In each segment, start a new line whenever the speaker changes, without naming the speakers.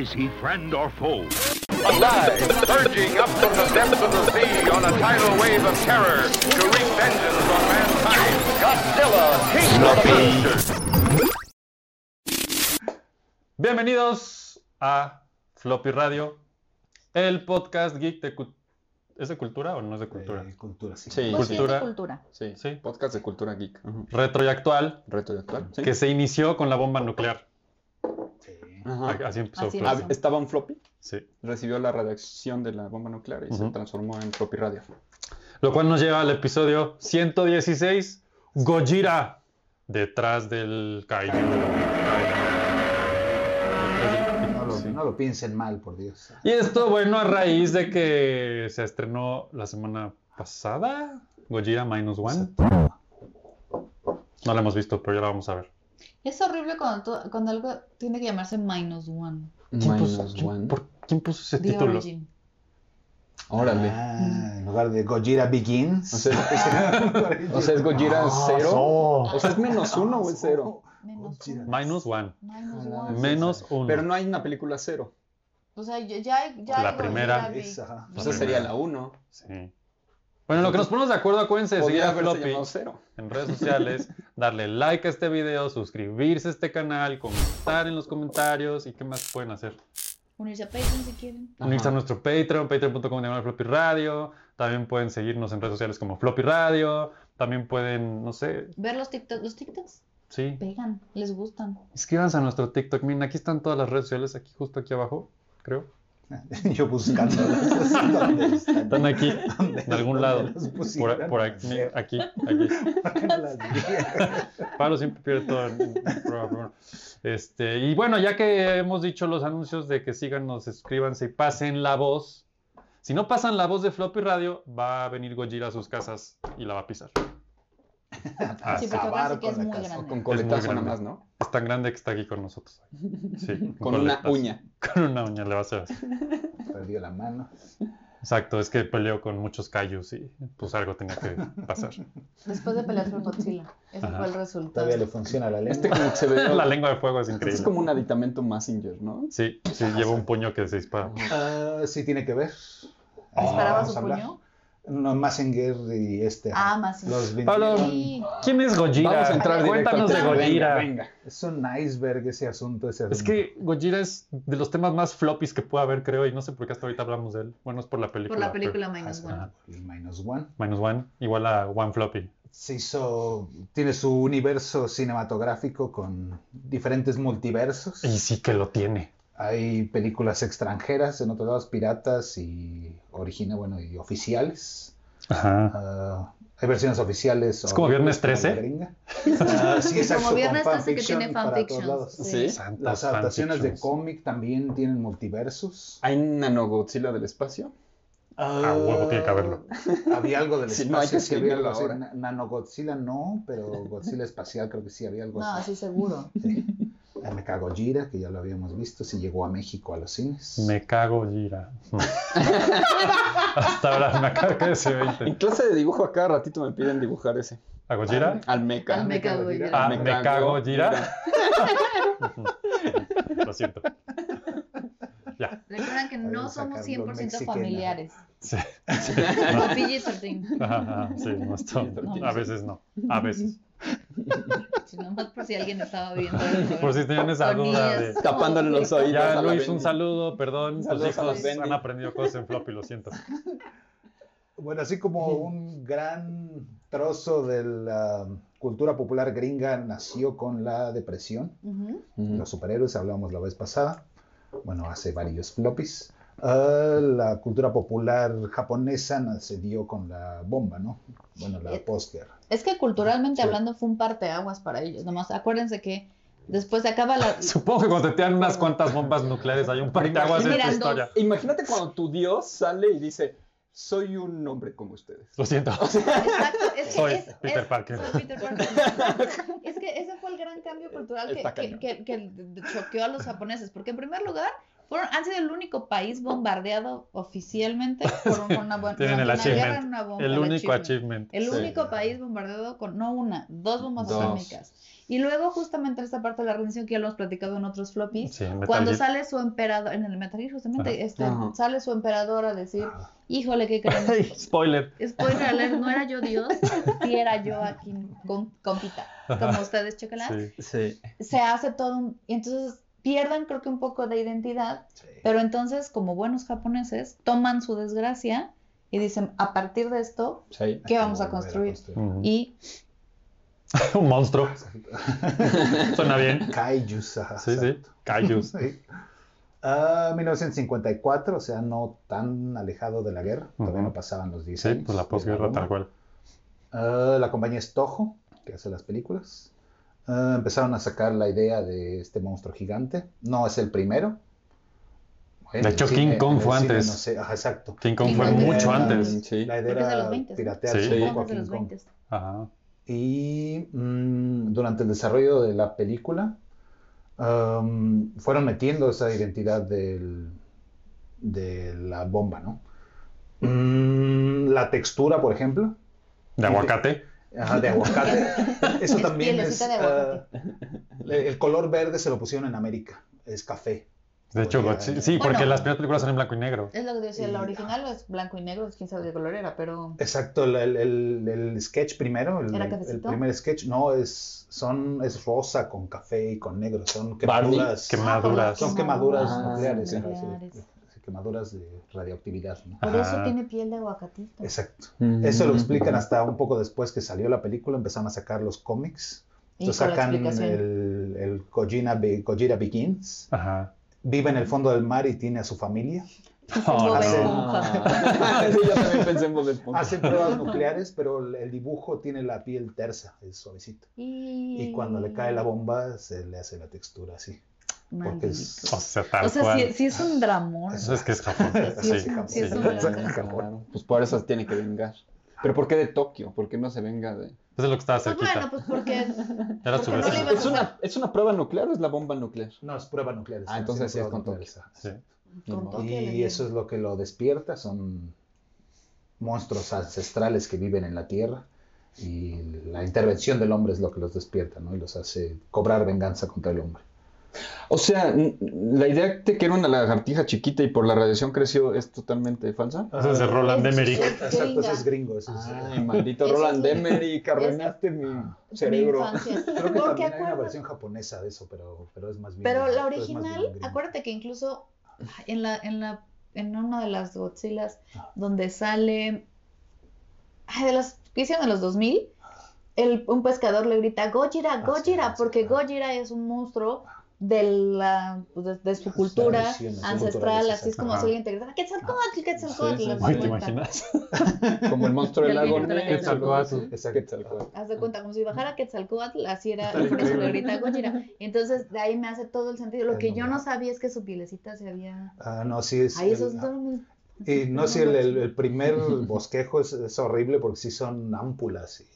Is he friend or foe?
Alive, surging up from the depths of the sea on a tidal wave of terror to wreak vengeance on mankind. Godzilla, king of the monsters.
Bienvenidos a Floppy Radio, el podcast geek de... cu- ¿Es de cultura o no es de cultura?
Eh, cultura, sí.
Sí.
Pues- Cultura.
cultura. cultura. Sí.
Sí.
Podcast de cultura geek.
Retro y actual,
Reto de actual. sí.
que se inició con la bomba nuclear.
Sí.
Ajá.
Así empezó.
Ah,
Floppy.
hab- Estaba un floppy,
Sí.
recibió la radiación de la bomba nuclear y se
Ujú.
transformó en floppy radio.
Lo cual nos lleva al episodio 116, Gojira, detrás del Kaiju.
No, lo, no lo piensen mal, por Dios.
Y esto, bueno, a raíz de que se estrenó la semana pasada, Gojira Minus One. No la hemos visto, pero ya la vamos a ver.
Es horrible cuando, to- cuando algo tiene que llamarse minus one.
¿Quién
Minus
puso, quién-
one.
por- quién puso ese
The
título?
origin.
Órale.
Ah, en lugar de Gojira Begins. Ah,
O sea, o sea, es Gojira cero. O
Ah,
sea, es menos uno o es cero.
Menos
Gojira.
uno.
Minus One.
Minus
Oh, Ah, no,
one.
me-
Menos uno.
Pero no hay una película cero.
O sea, yo- ya, hay- ya
La
hay Gojira
primera.
B.
Ah, Esa.
O sea,
La
sería
primera.
la uno.
Sí. Bueno, lo que nos ponemos de acuerdo, acuérdense de seguir
Podría
a
haberse
Floppy
llamado cero.
en redes sociales, darle like a este video, suscribirse a este canal, comentar en los comentarios y qué más pueden hacer.
Unirse a Patreon si quieren.
Ajá.
Unirse a nuestro Patreon, patreon.com diagonal Floppy Radio. También pueden seguirnos en redes sociales como Floppy Radio. También pueden, no sé,
Ver los TikToks. Los TikToks
sí.
pegan, les gustan.
Inscríbanse a nuestro TikTok. Miren, aquí están todas las redes sociales, aquí justo aquí abajo, creo.
Ah, Yo buscando. ¿Dónde están?
Están aquí,
¿Dónde-
en algún
dónde
lado.
los pusieron?
Por, por aquí, aquí, aquí.
Las vi.
Pablo siempre pierde todo. en- en el programa. Este, y bueno, ya que hemos dicho los anuncios de que síganos, suscríbanse y pasen la voz. Si no pasan la voz de Floppy Radio, va a venir Gojira a sus casas y la va a pisar. Ah,
Sí,
sí.
porque
Acabar
ahora sí que
con
es
la
muy
casa.
grande.
Con coletazo
grande.
nada más, ¿no?
Es tan grande que está aquí con nosotros. Sí,
Con una
coletazo.
uña.
Con una uña le va a hacer. así.
Perdió la mano.
Exacto, es que peleó con muchos callos y pues algo tenía que pasar.
Después de pelear con Godzilla. Ese
Ajá.
fue el resultado.
Todavía le funciona la lengua.
Este como que se ve.
La lengua de fuego es
es
increíble.
como Ah, un aditamento Massinger, ¿no?
Sí, sí, lleva un puño que se dispara.
Ah, sí, tiene que ver.
¿Disparaba
Vamos
su
a hablar.
puño?
No, Massinger y este.
Ah, más.
Los
Pablo.
vinieron-
Sí.
¿Quién es Gojira?
Vamos a entrar directo al
Cuéntanos de
tema.
Gojira.
Venga, venga.
Es un iceberg ese asunto. Ese
Es
asunto.
que Gojira es de los temas más floppies que puede haber, creo, y no sé por qué hasta ahorita hablamos de él. Bueno, es por la película.
Por la
pero-
película minus one.
Ajá.
El Minus One.
Minus One, igual a One Floppy.
se hizo, tiene su universo cinematográfico con diferentes multiversos.
Y sí que lo tiene.
Hay películas extranjeras, en otros lados piratas y origina, bueno, y oficiales.
Ajá.
Ah, hay versiones oficiales.
Es como Viernes
como la
13.
gringa. Ah, sí, exacto,
Como
con
viernes hace que
fanfiction
tiene
para todos
fanfictions.
lados.
Sí.
Santos
Las adaptaciones de
fanfictions.
cómic también tienen multiversos.
¿Hay nanogodzilla del espacio?
Ah, huevo, tiene que haberlo.
Ah, Había algo del
Si
espacio,
no, hay que
sí había
escribirlo
algo así.
ahora.
Na- Nanogodzilla no, pero Godzilla espacial creo que sí había algo
No,
así.
sí, seguro.
Sí. Ah, Me cago Gira, que ya lo habíamos visto, si llegó a México a los cines.
Me cago Gira. hasta ahora me acabo de decir
En
20.
clase de dibujo a cada ratito me piden dibujar ese.
¿A Gojira?
Al meca.
Al meca Gojira.
Ah,
Me
me
cago
cago Gira.
Gira.
lo siento. Ya.
Recuerden que no
Vamos a
somos
sacarlo
100%
mexicana.
familiares.
Sí.
O PG-13.
Ajá, ajá, sí, no está- A veces no. A veces.
Si nomás por si alguien estaba viendo.
Por si tenían esa duda de.
Tapándole los oídos.
Ya,
a la
Luis,
Bendy.
un saludo, perdón. Tus
Saludos a la
hijos
Bendy.
han aprendido cosas en floppy, lo siento.
Bueno, así como un gran trozo de la cultura popular gringa nació con la depresión,
Ujú.
Mm.
los superhéroes, hablamos la vez pasada, bueno, hace varios floppies. Ah, la cultura popular japonesa nació con la bomba, ¿no? Bueno, la
Eh,
postguerra.
Es que culturalmente hablando fue un parteaguas para ellos. Nomás acuérdense que después se acaba la.
Supongo que cuando te tiran unas cuantas bombas nucleares hay un parteaguas en tu
Miran dos.
historia.
Imagínate cuando tu Dios sale y dice, soy un hombre como ustedes.
Lo siento.
Exacto, es que
Soy
es,
Peter
es-
Parker.
soy Peter Parker. Es que ese fue el gran cambio cultural que,
Está
que-
cañón.
que- que choqueó a los japoneses. Porque en primer lugar, fueron, han sido el único país bombardeado oficialmente por un- una, buena
Tienen el
una guerra
achievement.
en una bomba.
El único
achievement.
achievement.
El
Sí.
único país bombardeado con no una, dos bombas
Dos.
atómicas. Y luego justamente en esta parte de la rendición que ya lo hemos platicado en otros floppies,
Sí, Metal
¿Eh? cuando
Gear.
sale su emperador, en el Metal Gear justamente, este,
Ajá.
sale su emperador a decir,
Ah,
híjole, ¿qué creen?
Ay, Spoiler.
Spoiler alert, no era yo Dios, si era yo aquí con, compita, como ustedes chequenla.
Sí.
Sí.
Se hace todo un... Y entonces pierden creo que un poco de identidad,
Sí.
pero entonces como buenos japoneses toman su desgracia y dicen, a partir de esto,
Sí.
¿qué vamos a
Volver
construir?
Ujú.
Y
Un monstruo. Suena bien.
Kaijus. ajá,
Mm. Sí, sí.
exacto.
Kaijus.
Sí. Ah, 1954, o sea, no tan alejado de la guerra, todavía
Ujú.
no pasaban los 10
Sí,
años
pues la
de
posguerra
bomba.
tal cual.
Ah, la compañía es Toho, que hace las películas. Ah, empezaron a sacar la idea de este monstruo gigante. No es el primero.
De hecho, King Kong
en el
fue antes.
no sé, ajá, exacto.
King Kong
King
fue
Kong
mucho
era-
antes.
Sí.
La idea
Porque es de
era
los 20, ¿no?
piratear
Sí.
un poco a
antes de
King
los
Kong.
20.
Ajá.
Y mm, durante el desarrollo de la película am, fueron metiendo esa identidad del- de la bomba, ¿no? Mm, la textura, por ejemplo,
De aguacate.
ajá, de aguacate. Eso
Es
también es...
pielecita de aguacate.
ah, le- el color verde se lo pusieron en América, es café.
De hecho,
Podría-
sí, sí,
Bueno.
porque las primeras películas son en blanco y negro.
Es lo que decía,
Y- ah.
la original es blanco y negro, es quién sabe de color era, pero...
Exacto, el, el- el- el sketch primero, el,
¿Era
el
cafecito?
primer sketch, no, es, son, es rosa con café y con negro,
Barbie,
son quemaduras.
quema-
Ah,
Quemaduras.
Son quemaduras
Ah,
nucleares,
sí.
ajá, sí,
nucleares.
sí, quemaduras de radioactividad. ¿no?
Por eso
Ajá.
tiene piel de aguacatito.
Exacto.
Mm.
Eso lo explican hasta un poco después que salió la película, empezaron a sacar los cómics.
Y
Entonces
con la
sacan
explicación.
el, el Kojima, Be- Kojira Begins,
Ajá.
vive en el fondo del mar y tiene a su familia.
Es
Oh,
Bob
no.
Ah. sí, yo también pensé en Bob Esponja.
Hacen pruebas nucleares, pero el dibujo tiene la piel tersa, es suavecito.
Y...
Y cuando le cae la bomba, se le hace la textura así. Porque es,
O sea, tal
O sea,
cual.
sí, sí es un dramón.
Eso es que es Japón.
Sí,
Sí,
sí, sí,
sí.
es un-
es
Claro.
Japón.
Claro, Pues por eso tiene que vengar. Pero ¿por qué de Tokio? ¿Por qué no se venga de.?
Eso es lo que estaba
Pues bueno,
cerquita.
pues porque
Era
porque
su
no le
vecino.
iba a-
¿Es una, ¿Es una prueba nuclear o es la bomba nuclear?
No, es prueba nuclear.
Ah, entonces sí es con
todo
Sí.
con
modo.
toque le
Y
dio.
eso es lo que lo despierta, son monstruos ancestrales que viven en la Tierra y la intervención del hombre es lo que los despierta, ¿no? Y los hace cobrar venganza contra el hombre.
O sea, n- la idea de que era una lagartija chiquita y por la radiación creció es totalmente falsa.
Eso
Ah,
es de Roland
Es-
Emmerich.
Exacto, eso es gringo, Ah, eso es...
Ay, maldito
Eso
Roland
es-
Emmerich, arruinaste mi
mi
cerebro.
Creo
infancia.
que
Porque
también hay una
acuérdate,
versión japonesa de eso, pero, pero es más bien...
pero la
es más bien
original,
gringo.
acuérdate que incluso en la, en la, en una de las Godzillas donde sale, ay, de las que hicieron en los 2000, el, un pescador le grita Gojira,
sí,
Gojira,
sí,
porque
ah.
Gojira es un monstruo de la pues, de, de su cultura
tradiciones, son
ancestral,
culturales,
así es como
exacto.
se alguien te grita, Quetzalcóatl, Quetzalcóatl,
Sí, sí,
haz de
sí.
Ay, ¿te
cuenta.
imaginas?
Como el monstruo del
Del
lago
viento de la
Ness,
cabeza.
algo así.
Exacto.
Exacto.
Haz de cuenta, como si bajara Quetzalcóatl, así era,
Está
y por eso le
increíble.
grita Gojira. Entonces, de ahí me hace todo el sentido. Lo
Es
que yo no
normal.
sabía es que su pielecita se había...
Ah, no, sí es...
Ahí
el- ah,
eso es dormir.
Y no sé, el, el- el primer bosquejo es, es horrible porque sí son ámpulas. y-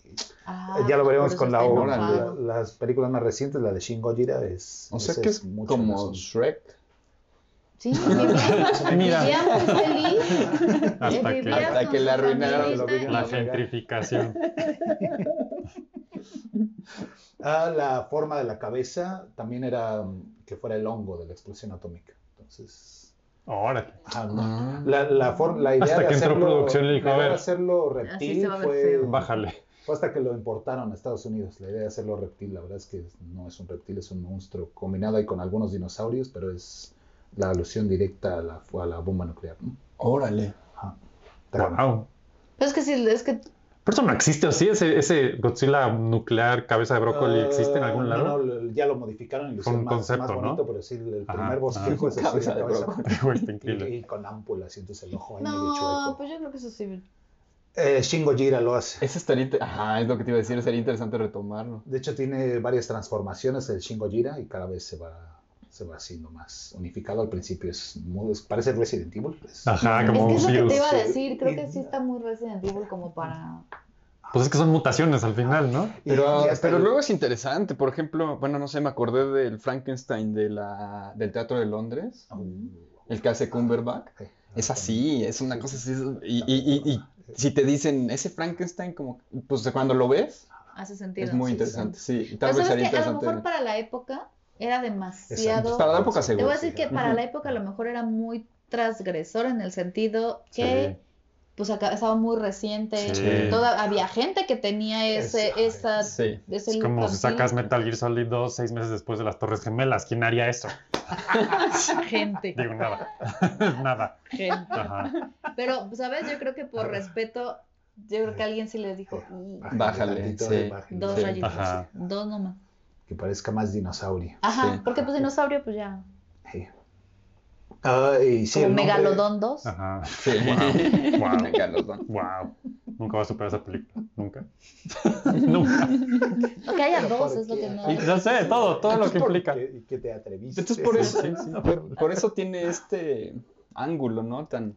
Ah,
ya lo veremos
por
con
eso
la
está
obra.
enojado.
la- las películas más recientes, la de Shin Gojira es.
O sea
ese
que es
mucho más
como
un-
Shrek.
Sí, vivían,
Mira.
vivían muy feliz.
Hasta que-
vivían
Hasta
con
que
su
le arruinaron
familia
lo que
y-
La gentrificación.
Ah, la forma de la cabeza también era mm, que fuera el hongo de la explosión atómica. Entonces.
Ahora.
ajá,
Ah.
no. La, la, for- la idea
Hasta
de
que entró
hacerlo,
producción le dijo,
la
"A
idea de
ver,
hacerlo
así se
reptil
va a ver
fue,
feo".
Bájale.
fue hasta que lo importaron a Estados Unidos. La idea de hacerlo reptil, la verdad es que no es un reptil, es un monstruo combinado ahí con algunos dinosaurios, pero es la alusión directa a la, a la bomba nuclear. ¿no?
Ah,
Órale.
Ajá. Está cabrón.
Wow.
Pero Pues es que sí, es que
Pero eso no existe, ¿o sí? Ese, ese Godzilla nuclear, cabeza de brócoli, ¿existe en algún
Ah,
lado?
No, no, ya lo modificaron y lo
Fue un
hicieron más,
concepto,
más
¿no?
bonito, pero sí, el
Ajá,
primer bosquejo es así,
Cabeza de
cabeza
brócoli.
Güey, Está
y,
increíble.
y con ámpulas, y entonces el ojo ahí medio
no,
chueco.
pues yo creo que eso sí.
Eh, Shingo Jira lo hace.
Ese estaría. inter- Ajá, es lo que te iba a decir, sería interesante retomarlo.
De hecho, tiene varias transformaciones el Shingo Jira y cada vez se va, se va haciendo más unificado. Al principio es, muy- es- parece Resident Evil. es-
Ajá, como
es que
un
eso que
virus.
te iba a
Sí.
decir, creo que sí está muy Resident Evil como para...
Pues es que son mutaciones al final, ¿no?
y-
Pero,
y hasta
pero
el-
luego es interesante, por ejemplo, bueno, no sé, me acordé del Frankenstein de la, del Teatro de Londres,
Oh,
el que hace Cumberbatch.
ok.
Es así, es una
ah, Sí,
cosa
sí.
así. es- Y, y- y- y si te dicen ese Frankenstein, como, pues cuando lo ves,
hace sentido.
Es muy
sí,
interesante,
sí.
sí.
Pero
Tal vez
¿sabes
sería
qué? A lo
interesante.
mejor para la época era demasiado...
Para la época
Te
seguro.
voy a decir que para la época a lo mejor era muy transgresor en el sentido que pues acá estaba muy reciente.
Sí.
Toda, había gente que tenía ese,
Exacto.
esa,
Sí.
ese
Es
look
como si
así.
sacas Metal Gear Solid 2 seis meses después de las Torres Gemelas. ¿Quién haría eso?
gente.
Digo, nada. nada.
gente.
Ajá.
Pero, ¿sabes? Yo creo que por respeto, yo creo que alguien sí les dijo "Mm,
Bájale, sí.
dos
Sí.
rayitos,
Ajá.
dos nomás.
Que parezca más dinosaurio.
Ajá,
Sí.
porque pues dinosaurio, pues ya.
Sí. Ah, y sí,
como
el nombre-
megalodón 2.
Ajá.
Sí.
Wow.
Venga, los dos.
Wow. Nunca va a superar esa película. Nunca. Nunca.
Que haya
Pero
dos,
¿por
es lo
qué?
que no.
Y ya sé, todo, todo lo que
¿Por
implica.
qué- qué te atreviste?
Entonces, por eso,
Sí, sí.
por, por eso tiene este ángulo, ¿no? Tan,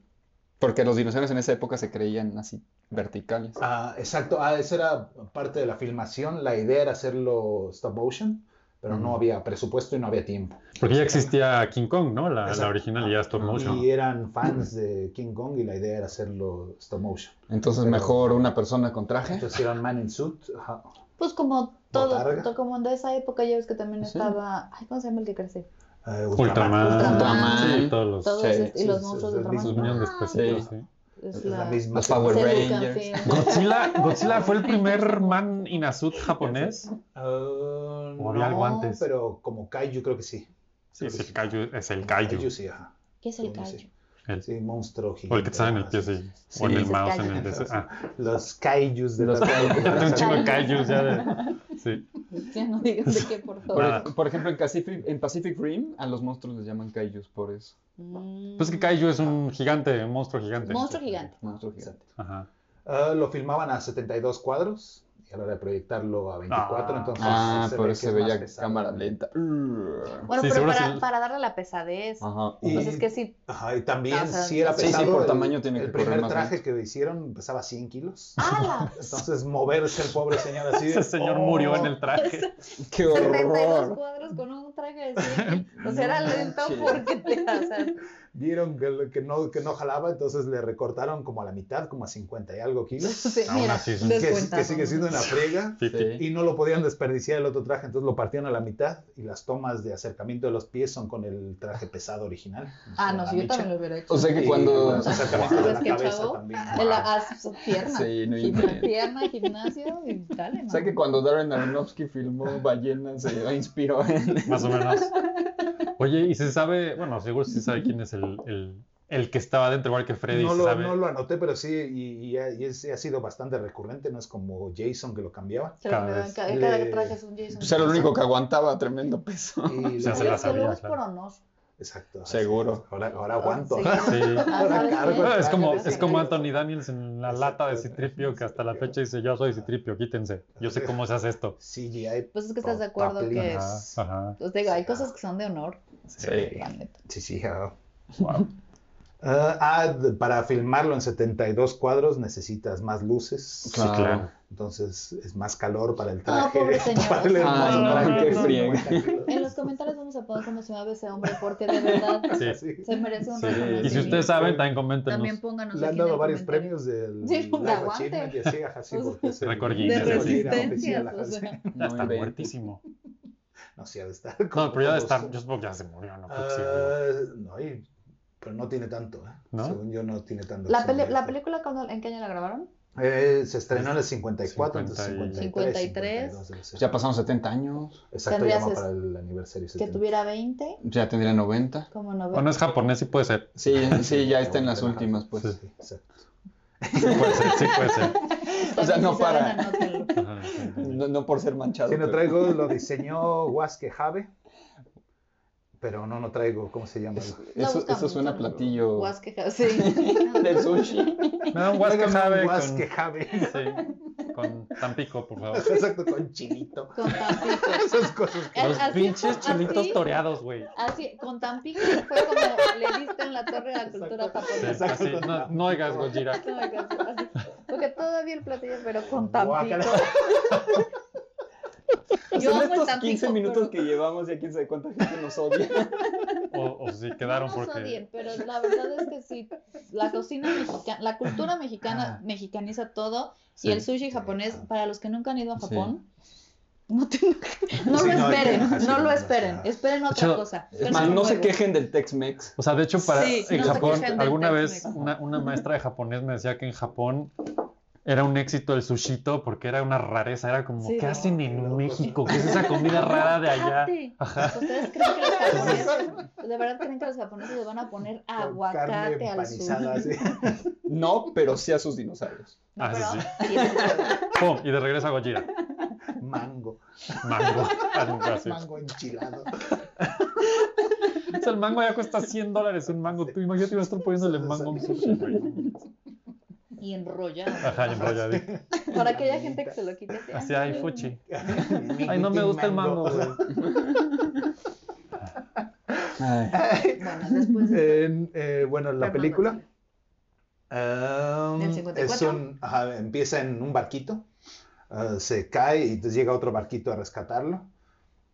porque los dinosaurios en esa época se creían así verticales.
Ah, exacto, ah, esa era parte de la filmación. La idea era hacerlo stop motion, pero no había presupuesto y no había tiempo.
Porque ya existía King Kong, ¿no? La, Ah, la
Exacto. Ah,
original y ya stop motion.
Y eran fans de King Kong y la idea era hacerlo stop motion.
Entonces,
Pero-
mejor una persona con traje.
Entonces era un man in suit. ajá.
Pues como todo,
Botarga.
todo, como de esa época ya ves que también
Sí.
estaba, ay, ¿cómo se llama el que crece? Ah,
Eh,
Ultraman.
Ultraman.
Pues Sí, todos los.
Todos
Sí,
esos- y
sí,
los
sí,
monstruos
sí,
de
sí,
Esos
Ultraman.
vinieron después,
Sí.
sí.
Es
Es la
la
misma.
Los Power
Se educan,
Rangers.
sí.
Godzilla, Godzilla fue el primer man in a suit japonés.
Ah, no,
había algo antes?
pero como Kaiju creo que sí.
Sí, es el kaiju. Es el kaiju.
Kaiju sí, ajá.
¿Qué es el
Sí, sí.
callo?
El-
Sí, monstruo
o el
gigante,
que te sale en el
ajá,
pie,
sí.
sí. O en
Sí,
el
ese
mouse,
kaiju.
en el de ese. Ah,
Los kaijus de
Los
la-
kaijus.
un chingo de kaijus ya de. Sí.
Ya no digas de qué, por favor.
Nada.
Por, por ejemplo, en Pacific, en Pacific Rim, a los monstruos les llaman kaijus por eso.
Mm.
Pues que Kaiju es un gigante, un monstruo gigante.
Monstruo gigante.
Monstruo gigante.
Ajá.
Ah, lo filmaban a 72 cuadros y a la hora de proyectarlo a 24,
Ah.
entonces
Ah,
se
por
ve
eso
que
se
es más
veía
pesado.
cámara lenta.
Bueno,
Sí,
pero
seguro
para,
sí.
para darle la pesadez.
Ajá.
Y-
Pues es que sí,
Ajá, y también
O sea,
sí era
sí,
Sí,
pesado.
por
el-
tamaño tiene
el
que correr
primer
más
traje que le hicieron pesaba 100 kilos.
¡Hala!
Entonces moverse el pobre señor así. de,
Ese señor
"Oh".
murió en el traje.
¡Qué
72
horror!
cuadros con un traje de 100. O sea, era
No
lento
manches.
porque te o sea,
Vieron que, lo- que no, que no jalaba, entonces le recortaron como a la mitad, como a 50 y algo kilos.
sí,
Aún
mira,
así es un-
Que, que
descuentazo.
sigue siendo una friega.
Sí, sí.
Sí.
Y no lo podían desperdiciar el otro traje, entonces lo partían a la mitad y las tomas de acercamiento de los pies son con el traje pesado original.
Ah, no,
La
sí, yo
mecha.
también lo hubiera hecho.
O sea que
Y
cuando...
los acercamientos de la
¿Sabes qué,
cabeza
chavo?
también.
El- a su pierna.
Sí, no
Gim-
inventes.
pierna, gimnasio y dale,
O sea que
mano.
cuando Darren Aronofsky filmó Ballenas se inspiró en...
Más o menos. Oye, y se sabe, bueno, seguro sí sabe quién es el, el, el que estaba dentro, igual que Freddy.
no,
se
lo,
sabe.
no lo anoté, pero sí, y, y ha, y es- ha sido bastante recurrente, no es como Jason que lo cambiaba.
Se lo
cada
veo en
vez
ca- en cada
le-
traje es un Jason.
Pues era el único que aguantaba tremendo peso.
Y
O sea,
luego-
se la
Pero luego
sabía,
es por
claro.
honor.
Exacto. así.
Seguro.
Ahora, ahora aguanto.
Sí.
Sí.
Ah, ¿sabes
Ahora
qué?
cargo el
Es como,
traje de
es como
Freddy.
Anthony Daniels en la lata de Citripio, que hasta la fecha dice, yo soy Citripio, quítense. Yo sé cómo se hace esto.
CGI.
Pues es que estás de acuerdo
Papelín.
que
Ajá,
es.
ajá.
Os digo, hay cosas que son de honor.
Sí.
la neta.
Sí, sí. ah. Ah, ah, de- para filmarlo en 72 cuadros necesitas más luces.
Claro.
Entonces es más calor para el
Ah,
traje.
pobre señor.
para el hermoso
Ay, no,
traje
qué
que es
friega.
50 kilos.
En los comentarios vamos a poner cómo se llama ese hombre, porque de verdad
Sí.
Sí.
se merece un
Sí.
reconocimiento.
Y si ustedes saben, también
También
coméntenos.
pónganos
Le han
aquí en el
dado varios
comentario.
premios del
Sí, un
Live
aguante. Pues,
Achievement y así, ajá, sí, porque es el-
Récord
de
Guinness, sí, sí.
resistencias,
oficial,
o
ajá, sí.
sea,
No,
Está
inventes.
muertísimo.
No, sí, ha de estar.
No,
como
pero ya de
todos.
estar, yo supongo que ya se murió, ¿no? Creo que sí,
Ah, no, y- pero no tiene tanto, ¿eh?
¿No?
Según yo, no tiene tanto.
la,
acción
peli-
de
la
esto.
película cuando, en qué año la grabaron?
Eh, se estrenó en el 54, entonces
50
y-
53.
53.
52 debe ser.
Ya pasaron 70 años,
Exacto,
Tendrías
ya va
es-
para el aniversario.
Que
70.
tuviera 20,
ya tendría 90.
como no
Bueno, es japonés, sí puede ser.
Sí, sí, ya está en las últimas, pues.
Sí, exacto.
Sí puede ser, sí puede ser.
o sea, no para.
Ajá, sí, sí.
No, no por ser manchado.
Sí, no
pero-
traigo, lo diseñó Waske Have, pero no, no traigo, ¿cómo se llama?
Eso, eso suena a platillo
Huasqueja, sí.
del sushi.
Me da un guasca
Traigan
jave
un
con,
Waske Have.
sí, con Tampico, por favor.
Eh,
Exacto, con chilito.
Con Tampico.
Esas cosas que...
Eh,
Los
así-
pinches chilitos
así-
toreados, güey.
Así, ah, con Tampico fue como le diste en la torre a la cultura
Sí,
japonesa.
Exacto.
así, no, no oigas Gojira.
No, así. Porque todavía el platillo, pero con Tampico.
Guácala.
O sea, en
amo el
estos
Tampico,
15 minutos
pero-
que llevamos, ya quién sabe cuánta gente nos odia.
o, o si quedaron
no nos
porque...
odien, pero la verdad es que sí, la cocina mexicana, la cultura mexicana mexicaniza todo
Sí.
y el sushi japonés, para los que nunca han ido a
Sí.
Japón, no, te- no
Sí,
lo
no,
esperen,
ya,
no,
sí,
lo
no,
esperen,
ya.
esperen otra
hecho,
cosa.
Es más,
esperen
no
un
se
huevo.
quejen del Tex-Mex.
O sea, de hecho, para
Sí,
en
no se
Japón,
quejen del
alguna vez
Tex-Mex.
una, una maestra de japonés me decía que en Japón era un éxito el sushito porque era una rareza, era como,
Sí.
¿qué hacen en
Loco.
México? ¿Qué es esa comida rara de allá?
Aguacate. Pues, ¿Ustedes creen que los japoneses, de verdad creen que los japoneses le van a poner
Con carne
aguacate al
empanizada,
sushi?
así.
No, pero sí a sus dinosaurios.
No,
Ah, sí,
pero tiene huevo.
¡Pum! Y de regreso a Gojira.
Mango.
Mango. Algo así.
Mango enchilado.
O sea, el mango ya cuesta 100 dólares un mango. Tú imagínate, iba a estar poniéndole mango a un sushi, güey.
Y enrollado.
Ajá, y enrolladito.
Para aquella gente que se lo quite. así,
Así,
ay,
ay,
no,
fuchi. Ay, no me gusta el mango, güey.
Bueno, después de
En, eh, bueno, la
Fernando
película
Chile.
um,
¿Del
es
54?
un, ajá, empieza en un barquito, uh, se cae y entonces llega otro barquito a rescatarlo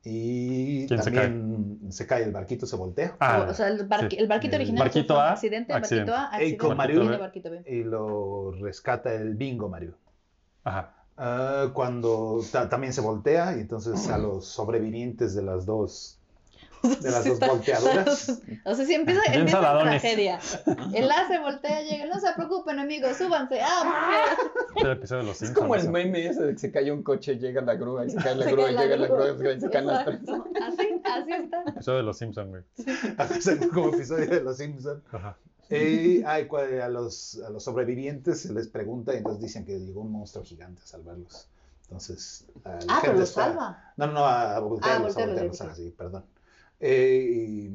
y
¿Quién se
también se cae? el barquito, se voltea
Ah,
o sea, el, barqui-
sí.
el barquito
El
original.
barquito
fue un
A,
Accidente, el
accidente.
barquito A,
Ey,
accidente.
con
Barquito
barquito
B.
B, barquito B.
y lo rescata el bingo Mario.
ajá.
Uh, cuando ta- también se voltea y entonces a los sobrevivientes de las dos de las
Sí,
dos
está-
volteadoras
O sea, si empieza,
Bien
empieza la
saladones.
tragedia. El A se voltea, llega. No se preocupen, amigos, súbanse. Ah,
Es el episodio de los
Es
Simpsons.
como el
eso.
meme ese de que se cae un coche, llega la grúa, y se cae la
se
grúa,
cae
y llega la grúa,
grúa.
y se caen las tres.
Exacto. Así, así está.
Episodio de los Simpsons, güey.
como episodio de los Simpsons
Ajá.
Eh, ay, cua- a, los, a los sobrevivientes se les pregunta y entonces dicen que llegó un monstruo gigante a salvarlos. Entonces, a la
Ah, pero
gente
lo
está-
salva. Ah,
No, no, no, a voltearlos, a
voltearlos,
voltearlos,
ya
ah, sí, perdón. Eh, y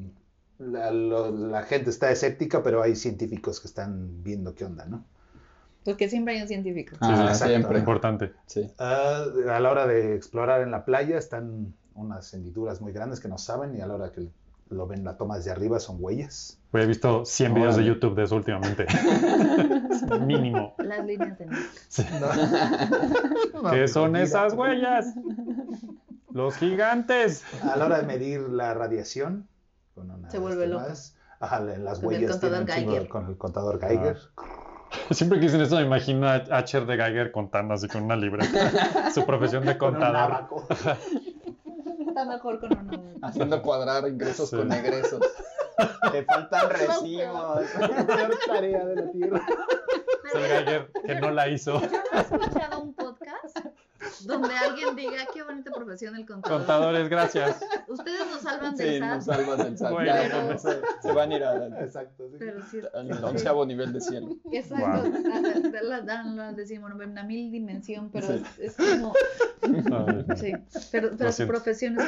la, lo- la gente está escéptica, pero hay científicos que están viendo qué onda, ¿no?
Porque siempre hay un científico.
Ah,
exacto.
siempre.
Importante.
Sí.
Ah, a la hora de explorar en la playa están unas hendiduras muy grandes que no saben y a la hora que lo ven la toma desde arriba son huellas.
Güey, he visto 100 videos de
Órale.
YouTube de eso últimamente. Mínimo.
Las líneas de Nick.
No,
¿Qué
pues,
son
mira.
esas huellas? Los gigantes.
A la hora de medir la radiación, con una
Se
de
vuelve
estas
loca.
más, ajá, la- las
Con el
huellas tienen
contador
un chingo de-
Geiger.
con el contador Geiger.
Ah, Siempre que dicen eso me imagino a Asher de Geiger contando así con una libreta. Su profesión de
Con un
contador.
abaco.
Está mejor con una.
Haciendo cuadrar ingresos
Sí.
con egresos.
Te faltan recibos. Peor tarea de la tierra.
Asher Geiger que no la hizo.
Yo no he escuchado un podcast donde alguien diga qué bonita profesión el contador.
Contadores, gracias.
Ustedes nos salvan del
Sí,
SAT,
nos salvas del SAT.
Bueno,
Ya,
no
no sé, se van a ir al,
Exacto. sí.
pero sí.
al onceavo nivel de cielo.
Exacto. a- a- La dan la decimos, mil dimensión, pero
Sí.
es, es como. Sí. Pero, pero su
siento.
profesión es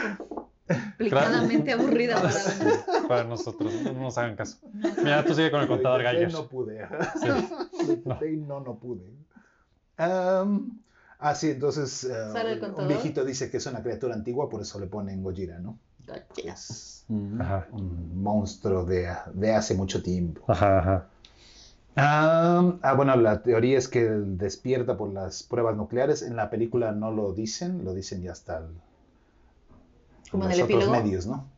complicadamente aburrida para mí.
Para nosotros, no nos hagan caso. Mira, tú sigue con el contador
Lo intenté,
Geiger.
No pude.
Sí.
Lo intenté y no, no pude. Am, ah, sí, entonces eh,
Sale el
un
contador.
viejito dice que es una criatura antigua, por eso le ponen Gojira, ¿no? Es
Ajá.
un monstruo de, de hace mucho tiempo.
Ajá, ajá.
Ah, ah, bueno, la teoría es que él despierta por las pruebas nucleares. En la película no lo dicen, lo dicen ya hasta el-
¿Como en
los
el
otros
epílogo?
medios, ¿no?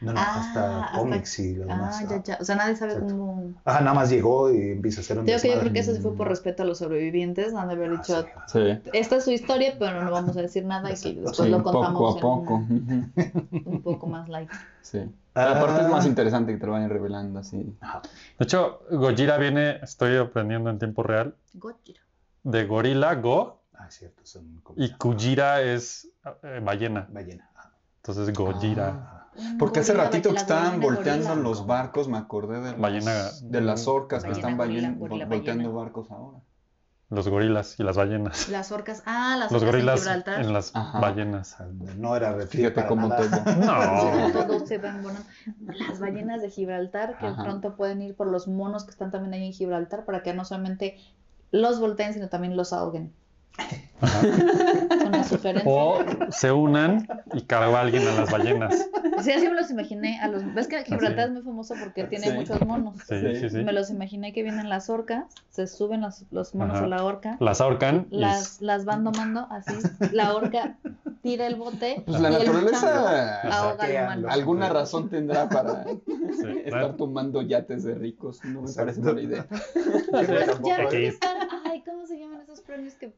No, no,
Ah,
hasta
hasta-
cómics y lo demás.
Ah, ya, ya. O sea, nadie sabe
Exacto.
cómo.
Ah, nada más llegó y empieza a hacer un
Te Digo que yo creo
desmadre.
que eso sí fue por respeto a los sobrevivientes, han de haber
Ah, sí.
dicho.
Sí.
Esta es su historia, pero no vamos a decir nada y que después
Sí,
lo
poco
contamos
a poco.
en un- un poco más light.
Sí.
Ah.
La parte es más interesante que te lo vayan revelando así.
De hecho, Gojira viene, estoy aprendiendo en tiempo real,
Gojira.
de gorila, go,
Ah, es cierto, son como
y Kujira es eh, ballena.
ballena. Ah,
Entonces,
Ah.
Gojira.
ajá.
Un
Porque hace
gorila,
ratito que
la
estaban
gorila,
volteando
gorila.
los barcos, me acordé de, los-
Ballena-
de las orcas que
Ballena,
están
gorila,
ballen-
gorila,
volteando
ballena.
barcos ahora.
Los gorilas y las ballenas.
Las orcas. Ah, las
Los
orcas en
gorilas
Gibraltar.
en las
Ajá.
O
ballenas.
sea, No era reptil
Fíjate
para
cómo pues,
nada.
todo.
Sí,
No.
todos se van volando. Las ballenas de Gibraltar, que
Ajá.
pronto pueden ir por los monos que están también ahí en Gibraltar, para que no solamente los volteen, sino también los ahoguen. Es Una sugerencia.
O se unan y carga alguien a las ballenas.
Sí, así me los imaginé. A los... ¿Ves que Gibraltar
Así.
es muy famoso porque tiene
Sí.
muchos monos?
Sí, sí, sí.
Me los imaginé que vienen las orcas, se suben los, los monos
Ajá. Pues,
a la orca,
Las ahorcan y
las, las van domando así, la orca tira el bote.
Pues la
y el
naturaleza
chango ahoga al humano.
alguna razón tendrá para
Sí,
estar tomando yates de ricos. No me parece buena idea.
Pues ya ves
Aquí.
que están, ay, ¿cómo se llaman esos premios que...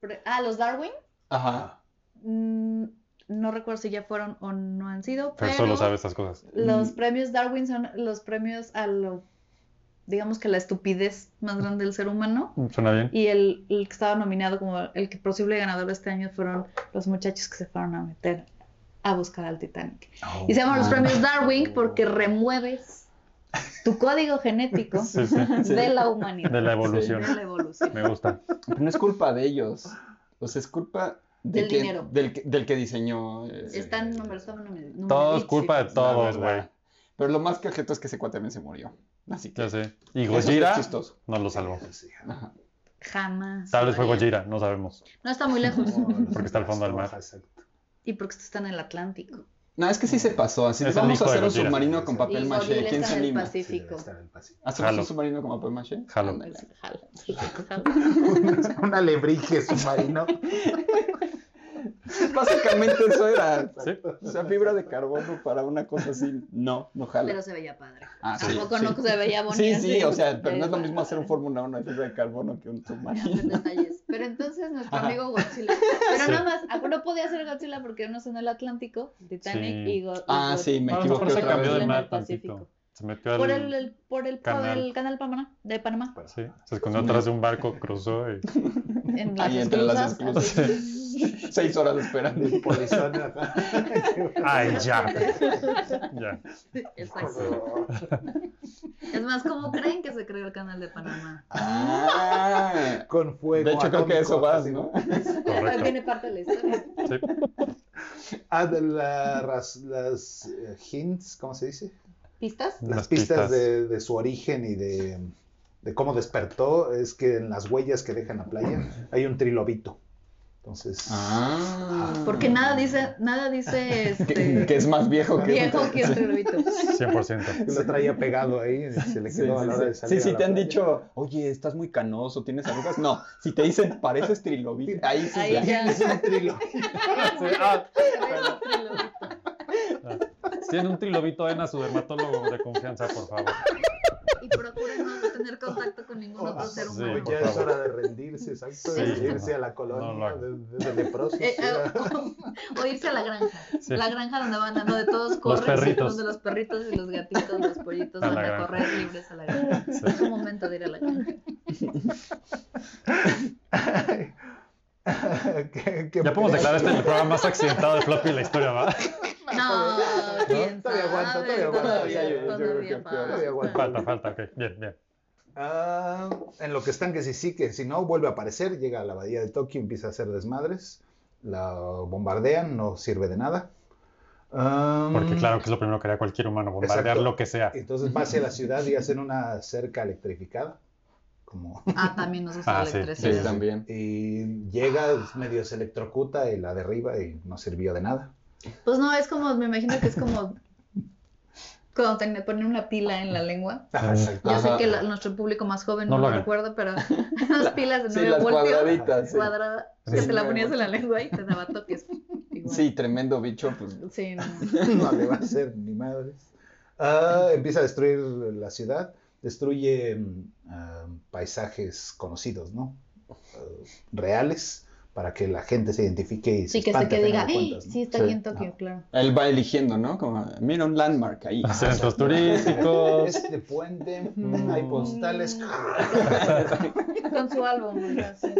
pre- Ah, los Darwin.
Ajá.
Mm, no recuerdo si ya fueron o no han sido,
Fer
pero
solo sabe estas cosas.
los
Mm.
premios Darwin son los premios a lo, digamos que la estupidez más grande del ser humano.
¿Suena bien?
Y el, el que estaba nominado como el que posible ganador de este año fueron los muchachos que se fueron a meter a buscar al Titanic. Y se llaman los
Ah.
premios Darwin porque remueves tu código genético
Sí, sí.
de la humanidad,
De la
de
evolución.
la evolución.
Me gusta.
Pero no es culpa de ellos. O sea, es culpa de
Del
que-
dinero.
Del, que- del que diseñó. eh,
Están numer- estaban numer-
Todo es
numerísimos.
culpa de todos,
la
güey.
verdad. Pero lo más cajeto es que ese cuate también se murió. Así que.
Ya sé. Y
eso es
Gojira
chistoso.
nos lo salvó.
Ajá.
Jamás.
Tal vez fue
María.
Gojira, no sabemos.
No está muy lejos.
Porque está al fondo del mar.
y porque está en el Atlántico.
No, es que sí se pasó. Así
Es el
vamos
hijo
a
de
hacer un
Gojira.
submarino con papel
Y
maché.
Gorila
¿Quién
está
se
en el
anima?
Pacífico.
¿Hacemos
Jalo.
un submarino con papel maché?
Jalo.
Ándale.
Jala.
Un alebrije submarino.
Básicamente eso era.
Sí.
O sea, fibra de carbono para una cosa así. No, no jala.
Pero se veía padre.
Ah, sí,
Tampoco
sí.
no se veía bonito.
Sí, sí, o sea, pero no es lo mismo hacer un Fórmula 1 de fibra de carbono que un submarino.
detalles. Pero entonces nuestro
Ajá.
amigo Godzilla. Pero
Sí.
nada más, ah, no podía ser Godzilla porque uno es en el Atlántico, Titanic
Sí.
y Go- y
Ah,
Go-
sí, me
A lo mejor
equivoqué
se
otra
cambió
vez.
de
En
mar
el Pacífico.
tantito. Se metió
Por
al.
el, el- por el, por
Canal.
el canal Panamá, de Panamá.
Sí, se escondió atrás de un barco, cruzó y.
En las
Ahí entre las
esclusas, así.
Seis horas esperando.
El polizón acá.
¡Ay, ya! Ya.
Exacto. Es más, ¿cómo creen que se creó el canal de Panamá?
Ah,
Con fuego.
de hecho, creo que
atómico,
eso vas,
así,
¿no?
Ahí
Correcto.
viene parte de la historia.
Sí.
Ah, de la raz- las eh, hints, ¿cómo se dice?
¿Pistas?
Las,
Las
pistas,
pistas.
De, de su origen y de, de cómo despertó es que en las huellas que deja en la playa hay un trilobito. Entonces,
Ah.
Porque nada dice, nada dice
Que,
este,
que es más viejo que.
viejo que el trilobito.
100%.
que lo traía pegado ahí y se le
Sí,
quedó a
sí,
la hora
sí.
de
Sí,
salir a
si
la
te han
playa.
dicho, oye, estás muy canoso, tienes arrugas. No, si te dicen, pareces trilobita, ahí sí.
Ahí
ya.
ya.
Es un trilobito.
Ah,
Trilobito.
tiene un trilobito en a su dermatólogo de confianza, por favor.
Y procuren no tener contacto con
Ah,
ningún otro ser
Sí.
humano.
ya
por
es
favor.
hora de rendirse, exacto, de
Sí.
irse a la
No lo
colonia de,
hagan.
de- de leprosos.
Eh,
ir a-
o, o irse a la granja.
Sí.
La granja donde van a, donde todos corren,
perritos.
donde los perritos y los gatitos, los pollitos
A la
van a
granja.
correr libres a la granja.
Sí.
Es un momento de ir a la granja.
¿Qué- qué-
Ya podemos
qué-
declarar este el programa más accidentado de Floppy en la historia, ¿va?
No, quién
Todavía aguanto,
sabe,
todavía aguanto.
Todavía, yo- yo
todavía
creo que
falta.
todavía aguanto.
Falta, falta, ok. Bien, bien.
Ah, en lo que están, que si sí, que si no, vuelve a aparecer, llega a la bahía de Tokio, empieza a hacer desmadres, la bombardean, no sirve de nada. Ah,
Porque claro que es lo primero que haría cualquier humano, bombardear
Exacto.
lo que sea.
Entonces va hacia la ciudad y hacen una cerca electrificada. Como,
Ah, también nos
Ah,
gusta la
sí,
Sí,
electricidad.
también.
y llega, medio se electrocuta y la derriba y no sirvió de nada.
Pues no, es como, me imagino que es como cuando te ponen una pila en la lengua.
Ah, exacto.
Ya sé
Ajá.
que la- nuestro público más joven
No
no,
lo
lo
hagan.
recuerda, pero las pilas de
Sí,
9
las
voltios
cuadraditas. sí.
cuadradas
Sí.
que te la ponías en la lengua y te daba toques. Igual.
Sí, tremendo bicho, pues.
Sí, no.
no le va a hacer ni madres. Ah, empieza a destruir la ciudad, destruye mm, ah, paisajes conocidos, ¿no? Ah, reales, para que la gente se identifique y se
Sí, que se
espante
que
a final
diga,
de cuentas,
"Ey,
¿no?
sí, está
Sí. Ah.
aquí en Tokio, claro.
Él va eligiendo, ¿no? Como, mira un landmark ahí.
Centros turísticos.
Este puente, mm, hay
Pues,
postales.
Mm. Con su álbum, ¿verdad? Sí.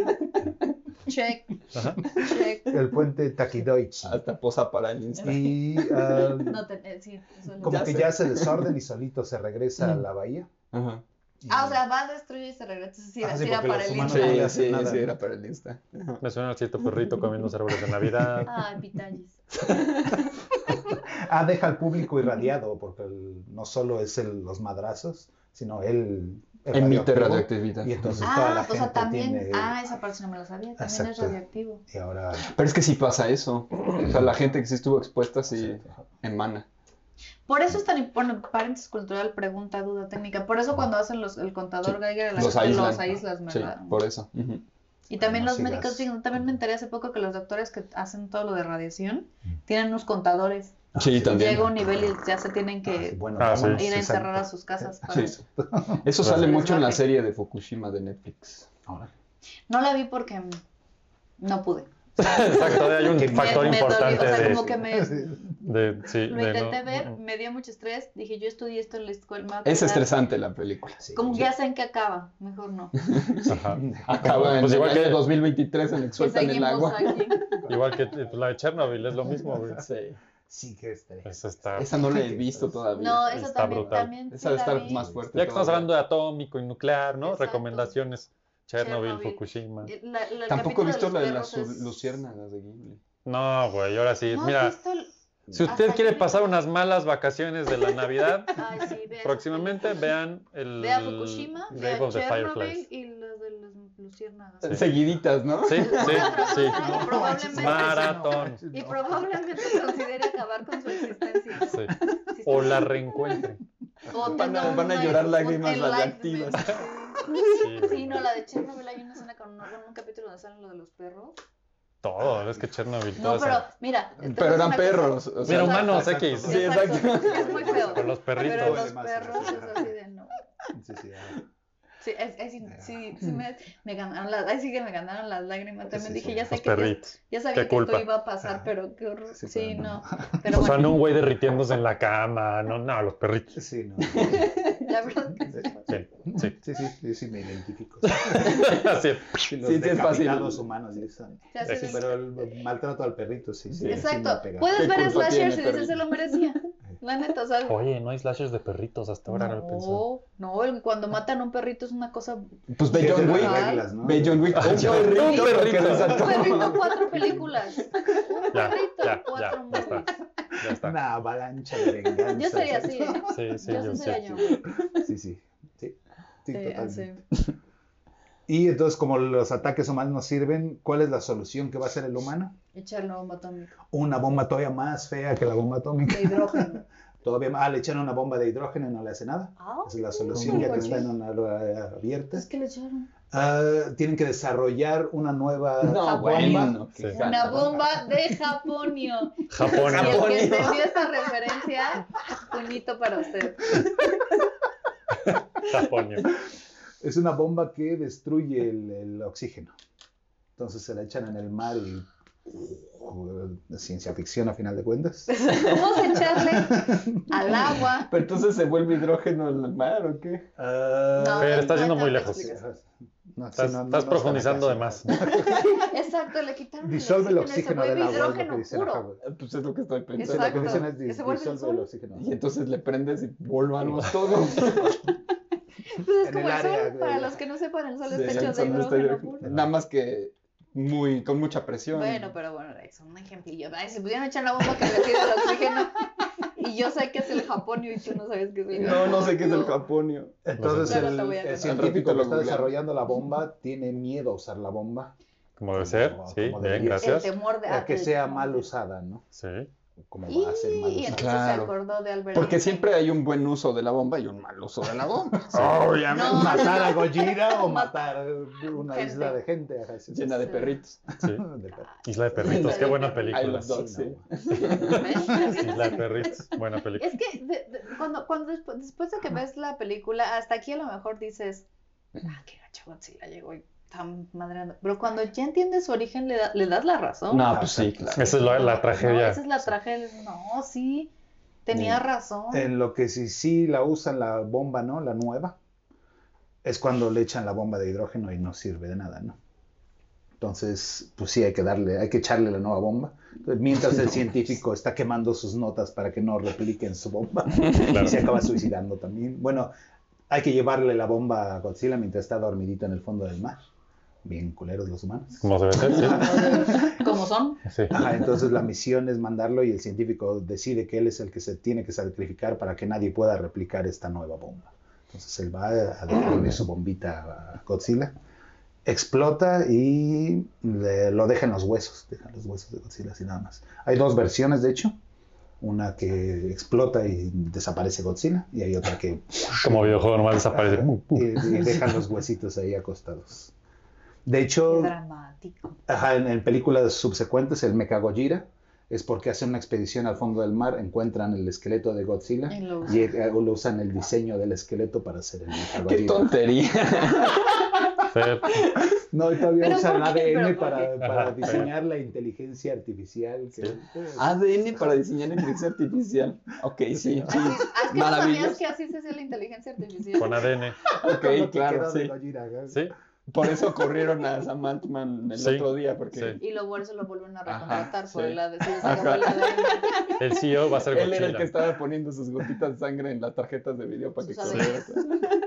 Check,
Ajá.
check.
El puente Takidoich.
Hasta posa para el Insta.
Y ah,
No te, eh, sí, eso es lo
como
Ya
que
sé.
ya se desorden y solito se regresa a la bahía.
Ajá.
Y-
Ah, o sea, va, destruye y se regresa. Sí,
Ah, sí,
era
porque
para
los
el
humanos
Sí,
no
Insta.
le hacen
sí,
nada,
sí,
¿no?
era para el Insta.
Me suena a cierto perrito comiendo los árboles de Navidad.
Ay, pitayis.
Ah, deja al público irradiado, porque el- no solo es el- los madrazos, sino él el
Emite
radioactivo,
radioactividad.
Y entonces toda la
Ah, o
gente
sea, también.
tiene.
Ah, esa parte no me la sabía. También es
Exacto.
radioactivo.
Y ahora.
Pero es que sí pasa eso. O sea, la gente que sí estuvo expuesta sí emana.
Por eso es tan importante. Bueno, paréntesis cultural, pregunta, duda técnica. Por eso cuando hacen los, el contador Geiger, la
Los
gente
aíslan.
los aíslas,
Sí,
¿verdad?
por eso. Ujú.
Y también
no
los
sigas.
médicos, sí, también me enteré hace poco que los doctores que hacen todo lo de radiación tienen unos contadores.
Sí, también.
Llega un nivel y ya se tienen que
Bueno,
Ah, sí.
vámonos,
ir a
exacto.
encerrar a sus casas. para-
Sí, sí.
Pues
Eso sale
Les
mucho en la
baje.
serie de Fukushima de Netflix.
Ahora,
No la vi porque mm, no pude.
Exacto, hay un
Que
Me-
factor
me dolió,
importante
o sea,
de,
como que me,
de- sí,
lo
de
intenté
no-
ver,
no-
me dio mucho estrés. Dije, yo estudié esto en la escuela.
Es estresante la película.
sí,
Como
sí.
ya saben que acaba, mejor no.
ajá.
Acaba en
Pues
el
igual
año
que-
2023 en el que
Que
sueltan el
seguimos
agua.
aquí.
Igual que eh, la de Chernobyl, es lo mismo, güey.
Sí.
Sí, que estrés.
Eso está.
Esa no la he visto todavía.
No,
Está
eso también,
brutal.
también sí
Esa de
la
estar
vi.
más fuerte.
Ya que estamos
todavía.
hablando de atómico y nuclear, ¿no?
Exacto.
Recomendaciones. Chernobyl,
Chernobyl. Eh,
Fukushima.
La- la- el
Tampoco he
capítulo
visto
de los
la de
perros
las
es-
luciérnagas de Ghibli.
No, güey, ahora sí.
¿No has
Mira,
visto el-
si
hasta
usted quiere
Ghibli?
pasar unas malas vacaciones de la Navidad,
Ay, sí, ve esa
próximamente
película.
vean el
Este, Ve a Fukushima, ve
Grave
a
of the
Chernobyl
Fireflies.
y los de los luciérnagas.
Sí.
Seguiditas, ¿no?
Sí, sí, sí.
No, probablemente-
Maratón.
Y probablemente considere acabar con su existencia.
Sí.
Si
O
está-
la reencuentren.
o
Van a-
tenga un
van a
life-
llorar
un
lágrimas
enlightenment,
radiactivas.
sí.
Sí, güey,
Sí, no, la de Chernobyl hay una escena con con un capítulo donde salen lo de los perros.
Todo, es que Chernobyl, todo
No, pero
esa-
mira. te
Pero
pasa
eran
una cosa-
perros. o sea,
Pero humanos X.
Sí,
Exacto,
exacto.
Es muy feo.
Con los
Pero
perritos.
los
Duele más,
perros
sí.
es así de no.
Sí, sí, ah, ahora.
Sí, es, es- sí, sí me, me ganaron las, ay, sí que me ganaron las lágrimas. También
Sí,
dije,
sí.
ya sé
Los
que ya-
perritos.
ya,
Qué
sabía que
culpa.
esto iba a pasar, pero qué horror.
Sí,
Sí,
pero no.
no. Pero
O sea,
bueno,
no un güey derritiéndose en la cama. No, no, los perritos.
Sí, no.
la verdad es que sí.
Sí, sí.
Sí, sí, sí, sí, me identifico.
Así es.
Sí, los
Sí, sí, es fácil.
decapitados humanos, sí, son-
O sea, sí,
Sí,
sí.
Pero el maltrato al perrito, sí, sí. sí
Exacto.
me pega.
Puedes
¿Qué
ver
culpa
slashers
tiene,
y dices,
perrito?
se lo merecía. La neta, o sea,
Oye, no hay slashers de perritos hasta ahora, no lo he pensado.
no, no, el- cuando matan a un perrito es una cosa.
Pues
Sí,
ve
es
John
de las
Wick.
reglas, ¿no?
Ve John Wick. Un
Un
perrito. que
perrito.
lo
Un
sacó.
perrito, cuatro películas. Un
Ya, ya,
perrito,
ya,
cuatro
ya está.
movies.
Ya está.
Una avalancha de venganza.
Yo sería así, ¿eh?
Sí, sí,
yo
yo
sí
sí.
sería yo.
Sí, sí. Sí, sí,
Sí,
totalmente.
así.
Y entonces, como los ataques humanos no sirven, ¿cuál es la solución que va a hacer el humano?
Echarle bomba atómica
Una bomba todavía más fea que la bomba atómica.
de hidrógeno.
Todavía más. Ah, le echaron una bomba de hidrógeno y no le hace nada.
Ah,
Esa es la solución, ya que
Pues sí.
está en una área abierta.
es que le echaron
Ah, tienen que desarrollar una nueva
No,
bomba.
bueno.
Sí.
qué
una
gana.
bomba de Japonio. Y
Japón.
el
Japonio.
que entendió esta referencia, puñito para usted.
Japonio.
Es una bomba que destruye el, el oxígeno. Entonces se la echan en el mar y... Uf, Ciencia ficción a final de cuentas.
Vamos a echarle al agua.
Pero entonces se vuelve hidrógeno en el mar o qué?
No,
Pero está
no
yendo muy
hay tanta
lejos.
explicación.
No,
Ah, Estás,
sí, no, no,
estás
no
profundizando de
están acá,
más.
sí.
Exacto, le quitaron
Disuelve el oxígeno
se
del agua.
vuelve
es lo que
hidrógeno
dice la
puro.
Howard.
Pues es lo que estoy
Eso es
pensando.
lo que
Exacto.
dicen es
Que se vuelve el
disuelve el
sol.
oxígeno.
Y entonces le prendes y volvamos todos.
Entonces,
En
como
el
el sol,
área de-
para los que no sepan, el sol
Sí,
está hecho de
son los de este
hidrógeno
hidrógeno.
puro.
Nada más que muy, con mucha presión.
Bueno, pero bueno, es un ejemplillo. Ay, si pudieran echar la bomba que retire el oxígeno. Y yo sé que es el Japonio y tú no sabes qué es el
No, no sé qué es el
No.
japonio.
Entonces
Claro,
el,
te voy a
el
contar.
científico
Al ratito
que
lo
está
googleamos.
desarrollando la bomba tiene miedo a usar la bomba.
Como debe ser.
Como-
Sí, bien,
como debería.
El
gracias.
temor de
A que
ah,
sea
el-
mal usada, ¿no?
Sí.
Como
Y,
va a ser mal
y entonces
usada.
Claro.
se acordó de Albert
Porque
Einstein.
siempre hay un buen uso de la bomba y un mal uso de la bomba.
No, no,
Matar a
no.
Gojira o
Ma-
matar una
Gente.
isla de gente. ajá, sí, sí.
Llena de perritos.
sí.
De per-
Isla de Perritos, qué buena
I
película.
love dogs, Ah, sí.
¿Ves?
Isla de Perritos, buena película.
Es que de- de- cuando, cuando despu- después de que ves la película, hasta aquí a lo mejor dices, ah, qué gacho Godzilla llegó y tan madreando. Pero cuando ya entiendes su origen, le, da- le das la razón.
No, pues sí, claro.
Esa es la, la
No,
tragedia.
esa es la tragedia. No, sí, tenía
Eh,
razón.
En lo que sí, sí la usan la bomba, ¿no? La nueva. Es cuando le echan la bomba de hidrógeno y no sirve de nada, ¿no? Entonces, pues sí, hay que darle, hay que echarle la nueva bomba. Entonces, mientras el científico está quemando sus notas para que no repliquen su bomba
Claro.
y se acaba suicidando también. Bueno, hay que llevarle la bomba a Godzilla mientras está dormidito en el fondo del mar. Bien culeros los humanos.
Como debe ser, sí.
Como son.
Sí.
Ajá, entonces la misión es mandarlo y el científico decide que él es el que se tiene que sacrificar para que nadie pueda replicar esta nueva bomba. Entonces él va a dejarle su bombita a Godzilla, explota y le- lo deja en los huesos, deja los huesos de Godzilla así nada más. Hay dos versiones, de hecho. Una que explota y desaparece Godzilla y hay otra que
Como videojuego normal desaparece. Pum,
y,
pum.
y deja los huesitos ahí acostados. De hecho,
dramático.
ajá, en, en películas subsecuentes, el Mechagodzilla es porque hacen una expedición al fondo del mar, encuentran el esqueleto de Godzilla
Y lo
y eh, lo usan el diseño del esqueleto para hacer el
¡Qué
Mechagodzilla.
tontería!
Fer,
No, y todavía
Pero
usan
¿por qué?
ADN
¿Pero por
para,
qué?
para
Ajá.
diseñar la inteligencia artificial. que-
Ah, ADN para diseñar inteligencia artificial. Ok, sí, sí.
Así, es que no sabías
Maravilloso.
que así se hacía la inteligencia artificial.
con ADN.
Con lo
Ok,
que Ah, quedó
claro,
de
sí.
Gojira, ¿no?
Sí,
Por eso corrieron a Sam Altman el
Sí,
otro día, porque
sí.
Y luego por eso lo vuelven a
Ajá,
recontratar por
sí.
el ADN.
Ajá.
el CEO va a ser
él era el
Godzilla.
que estaba poniendo sus gotitas de sangre en las tarjetas de video para que
Sus
corriera.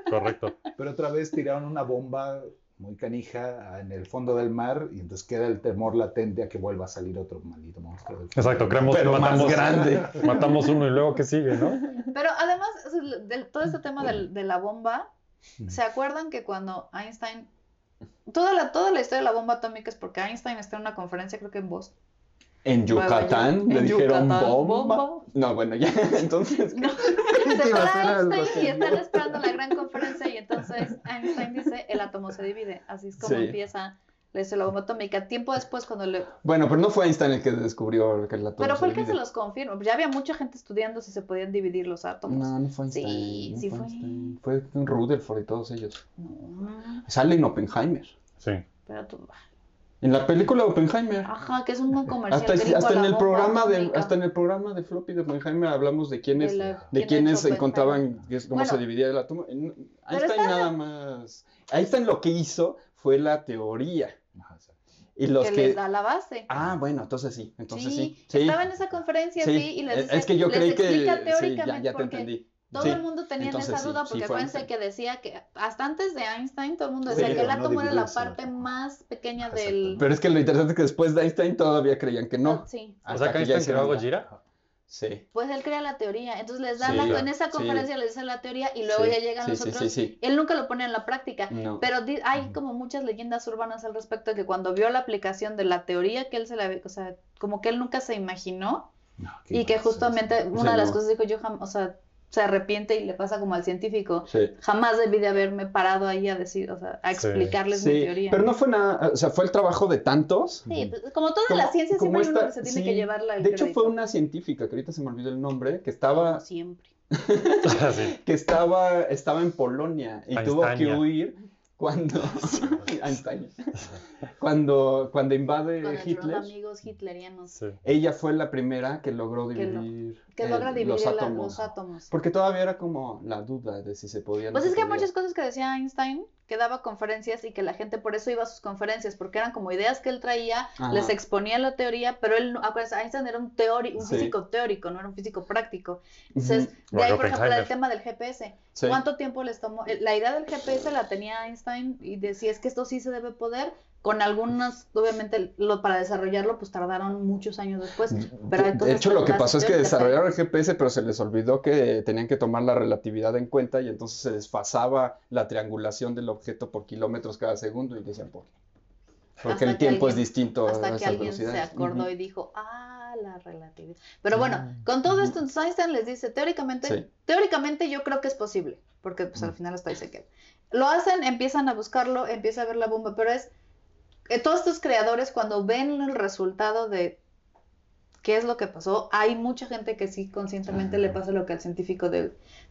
Correcto.
Pero otra vez tiraron una bomba muy canija en el fondo del mar y entonces queda el temor latente a que vuelva a salir otro maldito monstruo. del fondo.
Exacto, creamos,
Pero más
matamos,
grande.
matamos uno y luego qué sigue, ¿no?
Pero además, o sea, de todo este tema del- de la bomba, ¿se acuerdan que cuando Einstein... Toda la, toda la historia de la bomba atómica es porque Einstein está en una conferencia, creo que en Boston.
En Yucatán
Nueva York.
le
En
dijeron
Yucatán,
bomba.
bomba.
No, bueno, ya, entonces.
No, se
iba a
para
ser algo
Einstein
así,
y están
¿no?
esperando la gran conferencia y entonces Einstein dice, el átomo se divide. Así es como
Sí.
empieza la historia de la bomba atómica. Tiempo después, cuando le...
Bueno, pero no fue Einstein el que descubrió que la
Pero fue el que se los confirma. Ya había mucha gente estudiando si se podían dividir los átomos.
No, no fue
Sí,
Einstein. no
sí fue.
Einstein. Fue Rutherford y todos ellos.
No,
Sale en Oppenheimer.
Sí.
pero tú...
En la película Oppenheimer.
Ajá, que es un comercial.
Hasta,
gringo
hasta
a
en
Ah, la
el
bomba
programa de,
atómica.
hasta en el programa de Floppy de Oppenheimer hablamos de quiénes,
De la-
de
quién
quiénes
hizo
encontraban que es- cómo
Bueno.
se dividía el átomo. En- Einstein
está-
nada más. Einstein lo que hizo fue la teoría.
Ajá, exacto.
Y los
que,
que.
les da la base.
Ah, bueno, entonces sí. Entonces sí.
sí,
sí.
estaba en esa conferencia, sí, y les
eh,
dice,
es que yo
les
creí que.
explica
sí,
teóricamente
ya, ya te
porque
entendí.
todo
Sí.
el mundo tenía
entonces
esa
sí,
duda,
sí
porque
fue
acuérdense
Einstein.
que decía que hasta antes de Einstein todo el mundo
Sí,
decía que el
pero no
átomo era la
dividirse.
parte más
Ah,
pequeña del...
Pero es que lo interesante es que después de Einstein todavía creían que no.
Sí,
O sea,
hasta
que
ya
Einstein creó
hicieron
a
la-
Gojira.
Sí.
pues él crea la teoría, entonces les da
Sí,
la-
claro,
en esa
sí.
conferencia les dice la teoría y luego
sí,
ya llegan
sí,
los
sí,
otros.
Sí, sí,
Él nunca lo pone en la práctica.
No.
Pero di- hay
Ujú.
como muchas leyendas urbanas al respecto que cuando vio la aplicación de la teoría que él se la había- o sea, como que él nunca se imaginó,
No, qué
Y que
imbécil.
justamente una de las
no.
cosas dijo yo, jam- o sea, se arrepiente y le pasa como al científico,
Sí.
jamás debí de haberme parado ahí a decir, o sea, a
Sí.
explicarles mi
Sí,
teoría.
pero no fue nada, o sea, fue el trabajo de tantos.
Sí, pues, como todas
Como-
las ciencias
como
siempre hay uno
esta-
que se tiene
sí.
que llevar la el
De hecho, fue
crédito,
una científica, que ahorita se me olvidó el nombre, que estaba,
como siempre.
Sí.
que estaba, estaba en Polonia y tuvo que
Einstein.
huir cuando, Einstein. cuando, cuando invade
Con nuestros
Hitler.
amigos hitlerianos,
sí.
Ella fue la primera que logró
Que lo-
dividir,
que
eh,
logra dividir
los
la-
átomos.
los átomos.
Porque todavía era como la duda de si se podían.
Pues es que hay muchas cosas que decía Einstein, que daba conferencias y que la gente por eso iba a sus conferencias, porque eran como ideas que él traía,
Ajá.
les exponía la teoría, pero él, no- acuérdense, Einstein era un, teori- un
Sí.
físico teórico, no era un físico práctico. Entonces, de ahí,
Bueno,
por ejemplo, el
Oppenheimer.
tema del GPS.
Sí.
¿Cuánto tiempo les tomó? Eh, La idea del GPS la tenía Einstein y decía, es que esto sí se debe poder. Con algunas, obviamente, lo, para desarrollarlo, pues tardaron muchos años después. Pero hay
Mm, de, de
cosas
hecho, lo que
las
pasó es que
tienen
desarrollaron el GPS, pero se les olvidó que tenían que tomar la relatividad en cuenta y entonces se desfasaba la triangulación del objeto por kilómetros cada segundo y decían, ¿por qué? Porque
Hasta
el
que
tiempo
alguien-
es distinto a
hasta que
esas
alguien se
velocidades.
acordó
Ujú.
y dijo, ah, la relatividad. Pero bueno,
Ah,
con todo
ujú.
esto, entonces Einstein les dice, teóricamente,
Sí.
teóricamente yo creo que es posible, porque pues al
Ujú.
final hasta ahí se queda. Lo hacen, empiezan a buscarlo, empieza a ver la bomba, pero es, eh, todos estos creadores cuando ven el resultado de qué es lo que pasó, hay mucha gente que sí conscientemente le pasa lo que al científico de,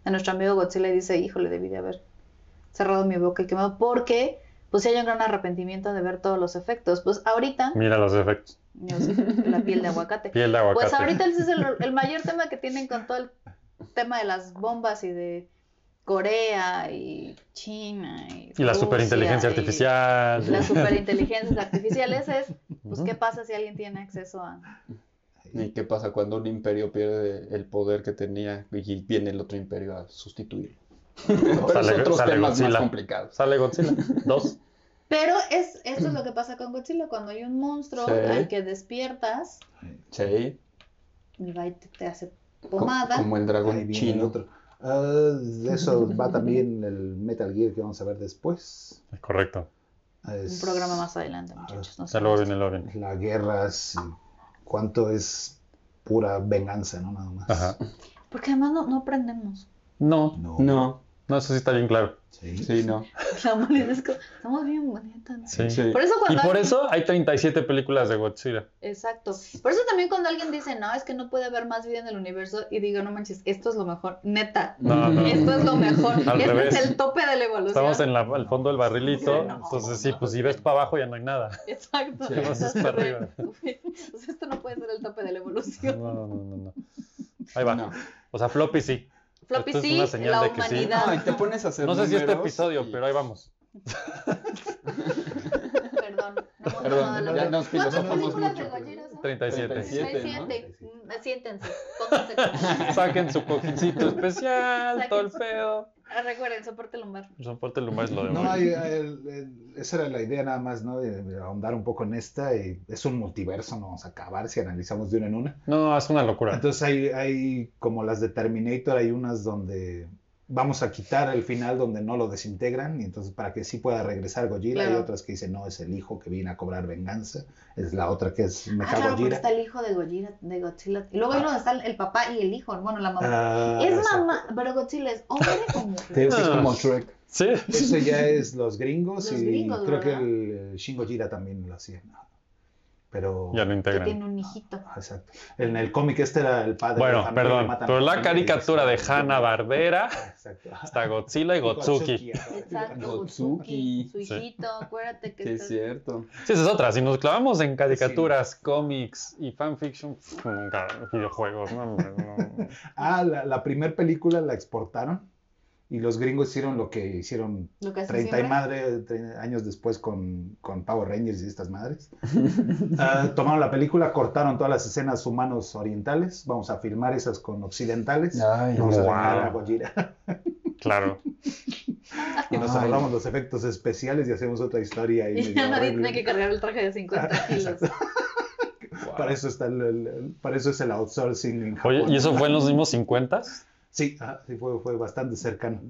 de nuestro amigo Godzilla y dice, híjole, debí de haber cerrado mi boca y quemado, porque pues sí hay un gran arrepentimiento de ver todos los efectos. Pues ahorita,
Mira los efectos.
yo sé, la piel de aguacate.
Piel de aguacate.
Pues ahorita ese es el, el mayor tema que tienen con todo el tema de las bombas y de Corea y China y,
Y la
Rusia
superinteligencia
y
artificial.
Las superinteligencias artificiales es, pues, ¿qué pasa si alguien tiene acceso a...?
¿Y qué pasa cuando un imperio pierde el poder que tenía y viene el otro imperio a sustituirlo? Pero es
Sale-
otros
sale
temas
Godzilla.
más complicados.
Sale Godzilla. Dos.
Pero es, esto es lo que pasa con Godzilla, cuando hay un monstruo
Sí.
al que despiertas,
Sí,
y va y te, te hace
co-
pomada.
como el
Ahí
dragón
viene
chino.
el otro. Ah, de eso va también el Metal Gear que vamos a ver después.
Correcto.
Un
Es
programa más adelante, muchachos. No
O sea,
se
luego viene el Oren.
La guerra, sí. cuánto es pura venganza, ¿no? Nada más.
Ajá.
Porque además no, no aprendemos.
No.
No.
No,
No, eso sí está bien claro.
Sí.
Sí, no.
La maldita es como, Estamos bien bonitas. ¿no?
Sí.
Sí.
Por eso
Y
cuando
por
alguien-
eso hay 37 películas de Godzilla.
Exacto. Por eso también cuando alguien dice, no, es que no puede haber más vida en el universo, y digo, no manches, esto es lo mejor, neta,
No, no.
esto es lo mejor,
Al
este
revés.
es el tope de la evolución.
Estamos en la- al fondo del barrilito,
No.
entonces sí, pues si ves para abajo ya no hay nada.
Exacto.
Sí,
vas
Entonces,
hasta
güey,
arriba.
güey, o sea, esto no puede ser el tope de la
No,
evolución.
no, no, no. no. Ahí va.
No.
O sea, floppy sí.
Floppy
Esto es
sí,
una señal
la
de que sí.
humanidad.
¿Eh? Ay, te pones a hacer
No sé si este
números
episodio,
y-
pero ahí vamos.
Perdón, no hemos
Perdón,
hablado de
ya
la-
nos
¿Cuántas
filosofamos
películas
mucho.
de Godzilla son?
37.
37.
Siete, ¿no? Mm, Siéntense, pónganse cómodos.
Saquen su cojincito especial,
Saquen
todo el
su-
pedo.
Ah, Recuerden, soporte lumbar.
El soporte lumbar es lo de
No,
hoy.
hay- el- el- esa era la idea nada más, ¿no? De, de ahondar un poco en esta. y es un multiverso, no vamos a acabar si analizamos de una en una.
No, es una locura.
Entonces hay, hay como las de Terminator, hay unas donde vamos a quitar el final donde no lo desintegran y entonces para que sí pueda regresar Gojira. Hay
Claro.
otras que dicen, no, es el hijo que viene a cobrar venganza. Es la otra que es
Ah,
Mecha
claro, porque
Gojira.
está el hijo de Godzilla, de Godzilla. Y luego hay uno donde está el papá y el hijo, bueno, la mamá.
Ah,
es
exacto.
mamá, pero Godzilla es hombre o mujer.
Te- Es
Ah.
como Shrek.
Sí.
Eso ya es los gringos
Los
y
gringos,
creo que
¿verdad?
el eh, Shin Gojira también lo hacía. ¿no? Pero...
Ya lo
que
integran.
tiene un hijito.
Exacto. En el cómic este era el padre. de
Bueno,
familia que
perdón,
matan
pero
a
la
familia y
caricatura de
se-
Hanna Barbera
Exacto.
está Godzilla y Gotsuki.
Exacto,
Gotsuki.
Gotsuki, su
Sí.
hijito, acuérdate que
Sí, es
está-
cierto.
Sí, esa es otra. Si nos clavamos en caricaturas, cómics y fanfiction, pff, nunca, videojuegos, no, hombre, no.
Ah, la, la primer película la exportaron y los gringos hicieron lo que hicieron
lo que hace
30 y
siempre.
madre, 30 años después con, con Power Rangers y estas madres. Ah, tomaron la película, cortaron todas las escenas humanos orientales. Vamos a filmar esas con occidentales.
Ay,
Vamos a
wow.
dejar a Gojira.
Claro.
Y nos
Ay.
ahorramos los efectos especiales y hacemos otra historia. ahí
Y
medio
ya nadie
horrible. Ah,
tiene que cargar el traje de 50 kilos.
Para eso está el, el- el- para eso es el outsourcing en Japón.
Oye, ¿y eso fue en los mismos 50?
Sí, ajá, sí fue, fue bastante cercano.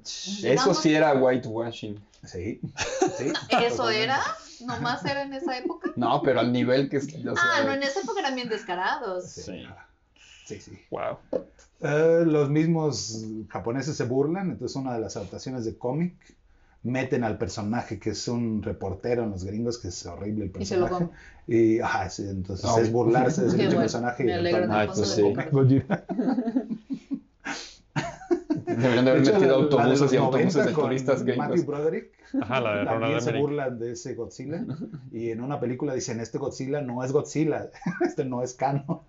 Eso sí era whitewashing.
Sí. sí
¿Eso
totalmente.
era? ¿Nomás era en esa época?
No, pero al nivel que. es- o
Ah,
sea,
no, en esa época eran bien descarados.
Sí. Sí, sí.
Wow.
Eh, los mismos japoneses se burlan, entonces una de las adaptaciones de cómic meten al personaje que es un reportero en los gringos, que es horrible el
Y se lo
personaje.
comen.
Y, ajá, sí, entonces
Ah,
es burlarse de ese
Qué
pinche
bueno,
personaje. y
me alegro
entonces-
Ay,
de
pues
pues
sí. Deberían de haber
De
metido
hecho, la- la de
autobuses
los
y autobuses
90
de
con
turistas
Matthew
gringos.
Broderick.
Ajá, Ah, la de
También
Ronald
se
Emmerich.
burlan de ese Godzilla y en una película dicen, este Godzilla no es Godzilla, este no es canon.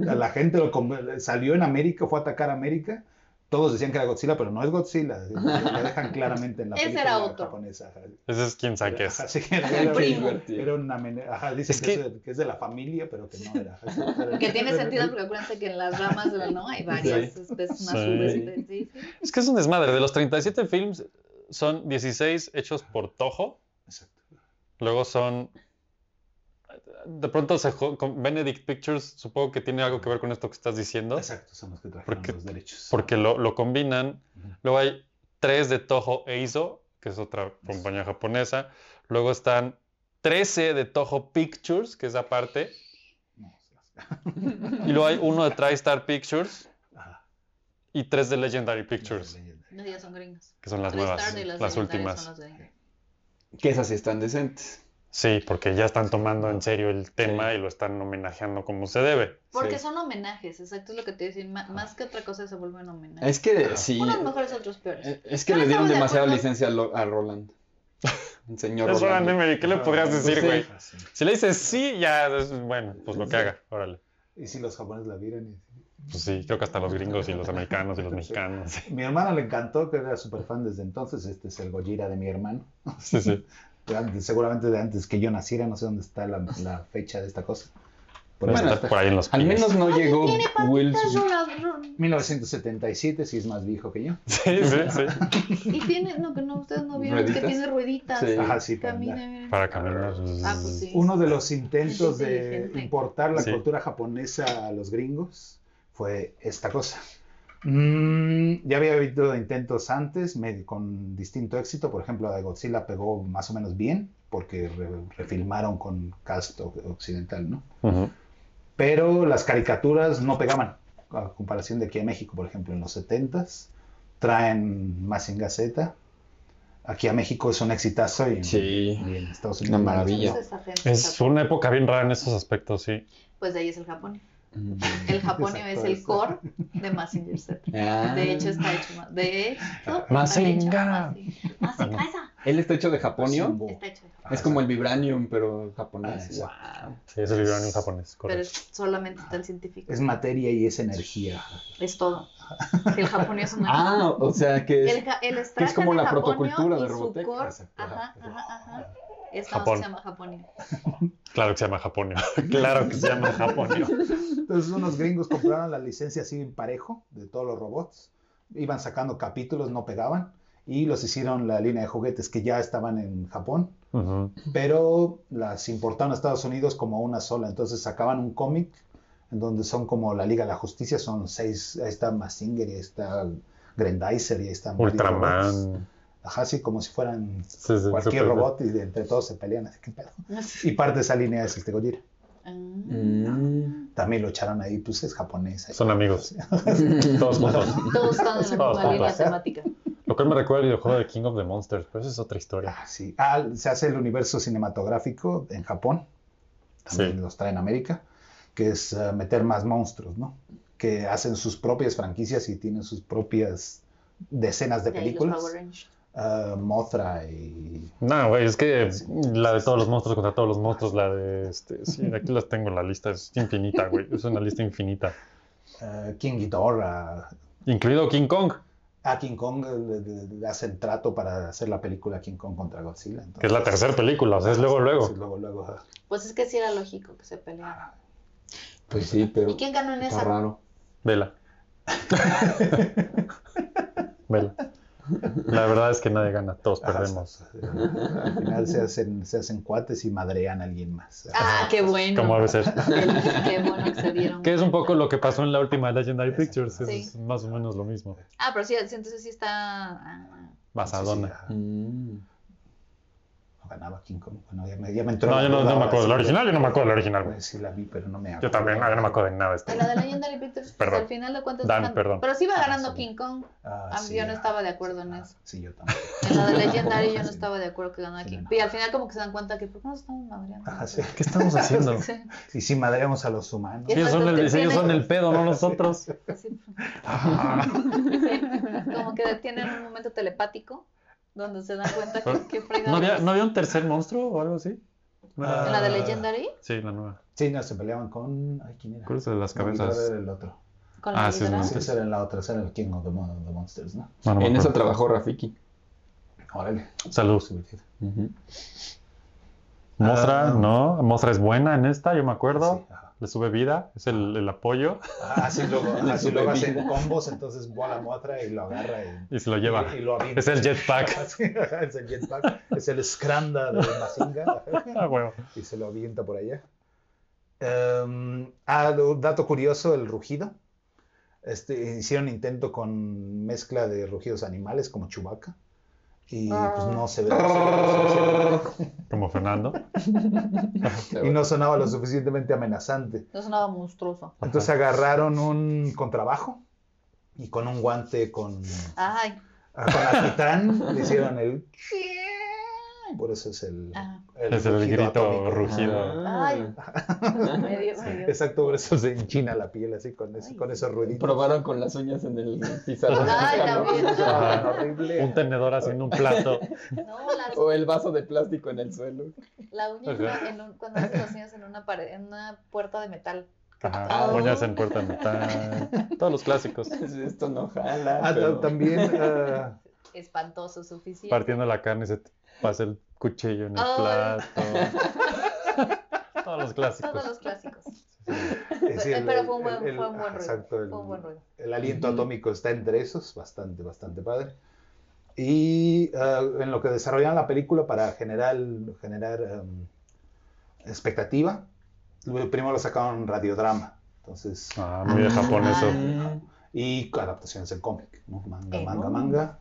La gente lo con- salió en América, fue a atacar a América, todos decían que era Godzilla, pero no es Godzilla, lo dejan claramente en la
Ese
película
era otro.
japonesa. ajá.
Ese es quien saque
Ajá,
es.
sí, era,
El
era-
primo.
era una men- ajá, dicen
Es
que,
que-
es de, que es de la familia, pero que no era. Ajá,
Que tiene sentido porque acuérdense que en las ramas de la no hay varias especies, una
Sí.
subespecie. Sí, sí.
Es que es un desmadre. De los 37 films, son 16 hechos por Toho.
Exacto.
Luego son. De pronto se jo- con Benedict Pictures, supongo que tiene algo que ver con esto que estás diciendo,
Exacto, son los que trajeron
Porque-
los derechos.
porque lo, lo combinan.
Ujú.
Luego hay tres de Toho Eizo, que es otra compañía japonesa. Luego están 13 de Toho Pictures, que es aparte.
No, o sea,
Y luego hay uno de TriStar Pictures
ajá,
y tres de Legendary
no,
Pictures,
leyenda.
No, ya son gringos.
que son las
Tres
nuevas,
tarde y
las
legendarias
últimas.
son las de-
Que esas sí están decentes.
Sí, porque ya están tomando en serio el tema y lo están homenajeando como se debe.
Porque
Sí.
son homenajes, exacto, es lo que te dicen. ma- Más que otra cosa se vuelven homenajes.
Es que sí.
Unos mejores, otros peores.
eh, Es que
No
le dieron
estamos de
demasiada
acuerdo.
licencia a, Lo- a Roland. El señor
Es Roland
Roland.
Emmerich, ¿qué le podrías decir,
Sí.
güey?
Ajá, Ah, sí.
Si le dices sí, ya, es- bueno, pues lo que haga, órale.
Y si los japoneses la vieron. y-
Pues sí, creo que hasta los gringos y los americanos y los mexicanos.
Mi hermano le encantó, que era súper fan desde entonces. Este es el Gojira de mi hermano.
Sí, sí.
De antes- seguramente de antes que yo naciera, no sé dónde está la, la fecha de esta cosa. Por
Debe
ahí
Bueno,
estar
está.
por ahí en los
Al
pines.
menos no llegó Will
Estas
Smith.
rolas, ro-
1977, si es más viejo que yo.
Sí, sí, sí.
Y tiene, no, que no, ustedes no vieron, que
¿Rueditas?
tiene rueditas.
Sí.
Ajá, sí, para
Camina,
andar.
mira.
Para caminar.
Ah, pues sí.
Uno de los intentos de
Inteligente.
importar la
Sí.
cultura japonesa a los gringos fue esta cosa. Mm, ya había habido intentos antes me- con distinto éxito. Por ejemplo, la de Godzilla pegó más o menos bien porque re- refilmaron con cast o- occidental, ¿no?
Ujú.
pero las caricaturas no pegaban, a comparación de aquí en México, por ejemplo, en los 70s. traen Mazinga Z. Aquí a México es un exitazo y,
Sí.
y en Estados
Una
Unidos.
maravilla.
Entonces, Pues esa gente
Es
está-
una época bien rara en esos aspectos, sí.
Pues de ahí es el japonio. El japonio es el
Exacto,
core de Massinger Z.
Ah.
De hecho, está hecho. ma- De hecho,
Mazinger.
Massinger.
Ah,
Él está hecho de japonio.
Está hecho. de Japón.
Es como el vibranium, pero
Ah,
japonés. Wow.
Sí, eso vivieron en japonés,
Pero
correcto.
es- solamente está el científico.
Es materia y es energía.
Es todo. El japonio es una.
Ah, o sea que es.
el, ja- el extraje
como
de
la
japonio
protocultura de
y su
Robotech.
core-
Exacto.
Ajá, ajá, ajá. Esta
Japón.
se llama japonio.
Claro que se llama japonio. claro que se llama japonio.
Entonces unos gringos compraron la licencia así parejo de todos los robots. Iban sacando capítulos, no pegaban. Y los hicieron la línea de juguetes que ya estaban en Japón.
Ujú.
pero las importaron a Estados Unidos como una sola. Entonces sacaban un cómic en donde son como la Liga de la Justicia, son seis, ahí está Mazinger, y ahí está Grandizer, y ahí está Mighty Robots.
Ultraman.
Ajá, sí, como si fueran
Sí, sí,
cualquier
super-
robot y de entre todos se pelean, así que pedo. Y parte de esa línea es el de Gojira.
Ah.
Mm.
También lo echaron ahí, pues es japonés. ahí.
Son amigos. Todos juntos.
Todos están en la
Todos
misma línea
juntos.
temática.
Lo cual me recuerda al videojuego de King of the Monsters, pero eso es otra historia.
Ah, sí. Ah, se hace el universo cinematográfico en Japón, también
Sí.
los trae en América, que es eh, meter más monstruos, ¿no? Que hacen sus propias franquicias y tienen sus propias decenas de
De ahí los
películas.
Power Rangers.
Ah, Mothra y...
No, güey, es que la de todos los monstruos contra todos los monstruos, la de este, sí, aquí las tengo en la lista, es infinita, güey, es una lista infinita.
ah, King Ghidorah.
Incluido King Kong,
A King Kong eh, le- le- le hacen trato para hacer la película King Kong contra Godzilla.
que es la
entonces-
tercera película, o sea, es luego,
Sí,
luego.
luego, luego, ah.
Pues es que sí era lógico que se pelearan.
Pues sí, pero.
¿Y quién ganó en
Está
esa?
raro.
Vela. Vela. La verdad es que nadie gana, todos
Ajá,
perdemos.
eh, Al final se hacen, se hacen cuates y madrean a alguien más.
Ah, qué bueno.
Como a veces.
Qué bueno que se dieron.
Que es un poco lo que pasó en la última Legendary Pictures,
Sí.
es más o menos lo mismo.
Ah, pero sí, entonces sí está. ah,
Sí,
Basadona.
sí, ah.
Mm.
No ganaba King Kong. Bueno, ya me, ya me entró.
No,
la
yo no,
duda
no me
ahora,
acuerdo del
sí,
original, yo no me acuerdo del original, güey.
Pues sí la vi, pero no me acuerdo.
Yo también, ah, no, yo no me acuerdo de nada de esto.
En la de Legendary Pictures, pues,
Perdón.
al final de cuentas.
Dan,
gan-
perdón.
Pero sí iba ganando
sí.
King Kong.
Ah,
Ah, yo no
ah,
estaba de acuerdo en
ah,
eso.
Sí, yo tampoco.
En la de Legendary yo no
Sí.
estaba de acuerdo que ganó
Sí,
King
no.
Y al final, como que se dan cuenta que, pues, ¿por qué nos estamos madreando?
Ah, sí.
¿Qué estamos haciendo?
Sí,
Y si madreamos a los humanos.
Yes.
Ellos son, el, ellos son el pedo, no nosotros.
así.
Ah.
Como que tienen un momento telepático donde se dan cuenta que, que fregado
¿No había,
es.
¿No había un tercer monstruo o algo así? No era-
En la de Legendary,
Sí, la nueva.
Sí, no, se peleaban con. Ay, ¿quién era?
Cruz de las
No, Ghidorah
cabezas.
era el otro.
con la
Ah, sí, es
hidra.
Ah.
Sí, ese era en la otra, ese era el King of the, Mon- the Monsters, ¿no?
No, no me
En esa
acuerdo.
trabajó Rafiki.
Órale.
Salud.
subirte.
Mothra,
Ah.
no. Mothra es buena en esta, yo me acuerdo.
Sí, ajá.
Le sube vida, es el, el apoyo
Ah, Así luego,
Le
así luego
sube
hacen
vida.
combos, entonces bola motra y lo agarra y.
y se lo lleva.
Y, y lo avienta.
Es el jetpack.
Sí, es el jetpack, es el Scranda de Mazinga.
Ah, huevo.
y se lo avienta por allá. Em, ah, un dato curioso, el rugido. Este, hicieron intento con mezcla de rugidos animales como Chewbacca y pues no se ve
Como Fernando.
y
Ah.
no sonaba lo suficientemente amenazante.
No sonaba monstruoso.
Entonces agarraron un contrabajo y con un guante con
Ay.
ah, con alquitrán le hicieron el por eso es el,
Ajá.
Es el
rugido
grito
atómico.
rugido.
Ay.
Ay. Me dio, me dio.
Exacto, por eso se enchina la piel así con ese, con esos ruiditos.
Probaron con las uñas en el pizarrón.
Ay,
¿no?
también.
Ah, horrible.
Un tenedor haciendo un plato.
No, la,
O el vaso de plástico en el suelo.
la uña en
Ajá.
una- en un- cuando haces las uñas en una pared, en una puerta de metal.
Ajá. Uñas en puerta de metal. Todos los clásicos.
Esto no jala.
Ah,
pero-
ta- también ah,
Espantoso, suficiente.
Partiendo la carne se te pasa el cuchillo en el
Ay.
plato. Todos los
Todos
clásicos.
los clásicos.
es Eh, el-
eh, Pero fue un buen-
el- ah,
fue un buen ruido,
exacto, el-
fue un buen ruido.
El aliento atómico está entre esos, bastante, bastante padre. Y ah, en lo que desarrollan la película para generar, generar em, expectativa, lo- primero lo sacaron radiodrama. Entonces,
Ah, muy de Japón eso.
Ah.
y adaptaciones en cómic, ¿no? Manga,
Eh,
manga,
no.
manga.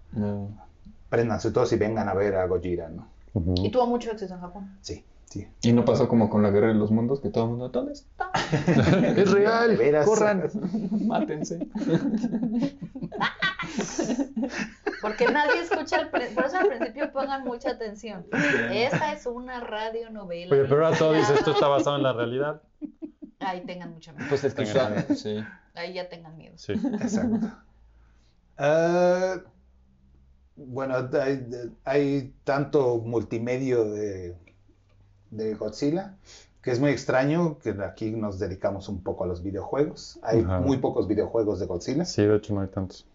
Préndanse todos y vengan a ver a Gojira, ¿no?
Ujú.
Y tuvo mucho éxito en Japón.
Sí. Sí.
Y no pasó como con la guerra de los mundos, que todo el mundo, ¿dónde está?
Es real,
De veras.
corran.
Mátense.
Porque nadie escucha el pre- Por eso al principio pongan mucha atención. Esta es una radionovela.
Oye, pero ahora todo dice, esto está basado en la realidad.
Ahí tengan mucho miedo.
Pues es que
Tengan-
está- sí.
Ahí ya tengan miedo.
Sí.
Exacto. Ah, bueno, hay, hay tanto multimedio de, de Godzilla que es muy extraño que aquí nos dedicamos un poco a los videojuegos. Hay
Ajá.
muy pocos videojuegos de Godzilla.
Sí, de hecho no hay tantos.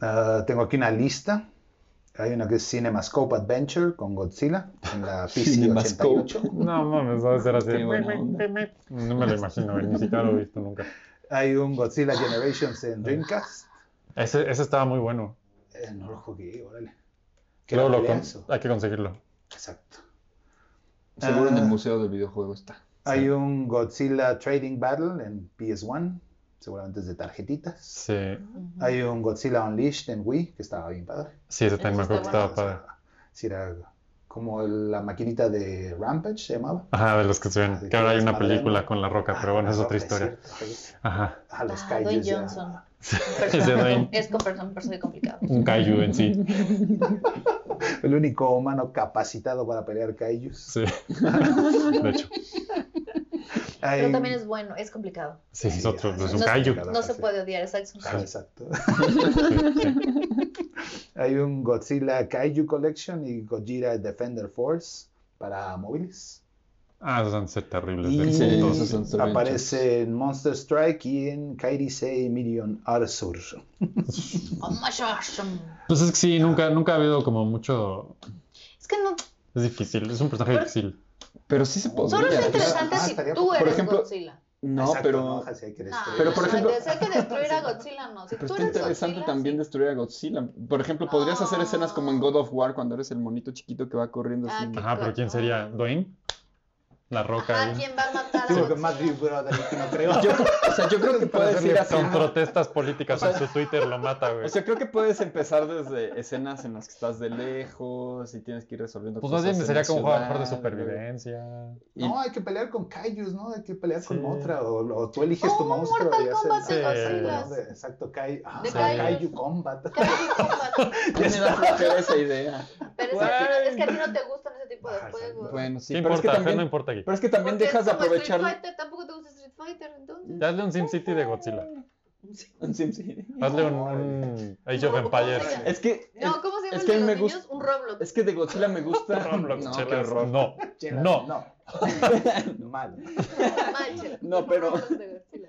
Ah, tengo aquí una lista. Hay una que es CinemaScope Adventure con Godzilla en la
Cinemascope.
PC88.
No mames, va a ser así.
Qué buena onda.
No me lo imagino, ni siquiera lo he visto nunca.
Hay un Godzilla Generations en Dreamcast.
Ese, ese estaba muy bueno.
Eh, no lo jugué, órale. Qué
Luego lo con-
peleazo.
hay que conseguirlo.
Exacto.
Seguro en el
Ah.
museo del videojuego está.
Hay un Godzilla Trading Battle en PS1, seguramente es de tarjetitas.
Sí,
Ujú.
Hay
Mm.
un Godzilla Unleashed en Wii, que estaba bien padre.
sí, ese también me
Ese
acuerdo que
está
estaba
bueno,
padre.
Si era como la maquinita de Rampage, se llamaba.
Ajá, de los que se
Ah,
ven.
de
Que ahora hay
todas
una
maneras,
película
¿no?
con Ah, la roca, pero bueno, es otra historia. Ajá.
A los
Ah,
kaijus
Dwayne
ya.
Johnson.
Ese Dwayne,
Es con persona, persona complicado.
un kaiju en sí.
El único humano capacitado para pelear kaijus.
Sí. De hecho,
Hay-
Pero también es bueno, es complicado.
sí, es
Sí,
Ah,
otro,
ajá,
es
No,
un
se-
kaiju.
complicado.
no se puede odiar, exacto. es un
Ah,
kaiju.
exacto.
Sí, sí.
Hay un Godzilla Kaiju Collection y Godzilla Defender Force para móviles.
Ah, esos han de ser terribles.
Y
del
Sí,
punto.
esos son súper
aparece en Monster Strike y en Kairisei Million Arthur.
Oh, my gosh.
Pues es que sí, nunca, nunca ha habido como mucho.
Es que no.
Es difícil, es un personaje difícil.
Pero sí se podría.
Solo es
Mira,
interesante
ah,
si
estaría-
tú
por este,
eres
ejemplo,
Godzilla.
No,
Exacto,
pero.
¿no? Así hay que destruir.
pero, por
Ah, no,
ejemplo-
entonces hay que destruir a Godzilla, no. Si
Pero
tú
está
eres
interesante
Godzilla,
también
sí.
destruir a Godzilla. Por ejemplo, podrías hacer escenas como en God of War cuando eres el monito chiquito que va corriendo así.
Ah, qué
Ajá, pero ¿quién sería? ¿Dwayne? La roca. ¿eh?
Ajá,
ahí.
¿quién va a matar a
Yo creo que
Godzilla?
Matthew Broderick, no creo.
Yo, o sea, yo creo que
Para
puedes
hacerle-
ir así.
Con protestas políticas en su Twitter lo mata, güey.
O sea, creo que puedes empezar desde escenas en las que estás de lejos y tienes que ir resolviendo
Pues más
cosas.
bien
en
sería
la
como un juego a lo
ciudad,
mejor de
güey.
supervivencia.
Y-
No, hay que pelear con Kaijus, ¿no? Hay que pelear
Sí.
con otra. O, o tú eliges
Oh,
tu
un
monstruo
Mortal
y
Kombat
de
haces.
Godzillas.
de- exacto, Kai, ah,
De
sí.
Kaijus.
Kaiju Combat.
Kaiju Combat.
Ya Pues me da flojera esa idea.
Pero es que, a ti no- es que a ti no te gustan ese tipo de
Ajá,
juegos.
Bueno, sí,
¿Qué
pero es, que
importa? Fer, no
también,
importa aquí.
pero es que también
Porque es
dejas de
como Street
aprovechar.
Fighter, Tampoco te gusta Street Fighter,
Mm.
entonces.
Hazle un SimCity de Godzilla.
Sí, sí.
Hazle un, un Age of
No, ¿cómo se
Empires.
llama?
Es que.
No, ¿cómo se llama
es
el
que
de
a mí
los
me
niños?
gusta-
Un Roblox.
Es que de Godzilla me gusta.
Roblox,
no, qué
chelas.
horror.
No.
Chela,
No.
No. Mal.
Mal, che.
No,
Ah, Un
pero-
Roblox de Godzilla.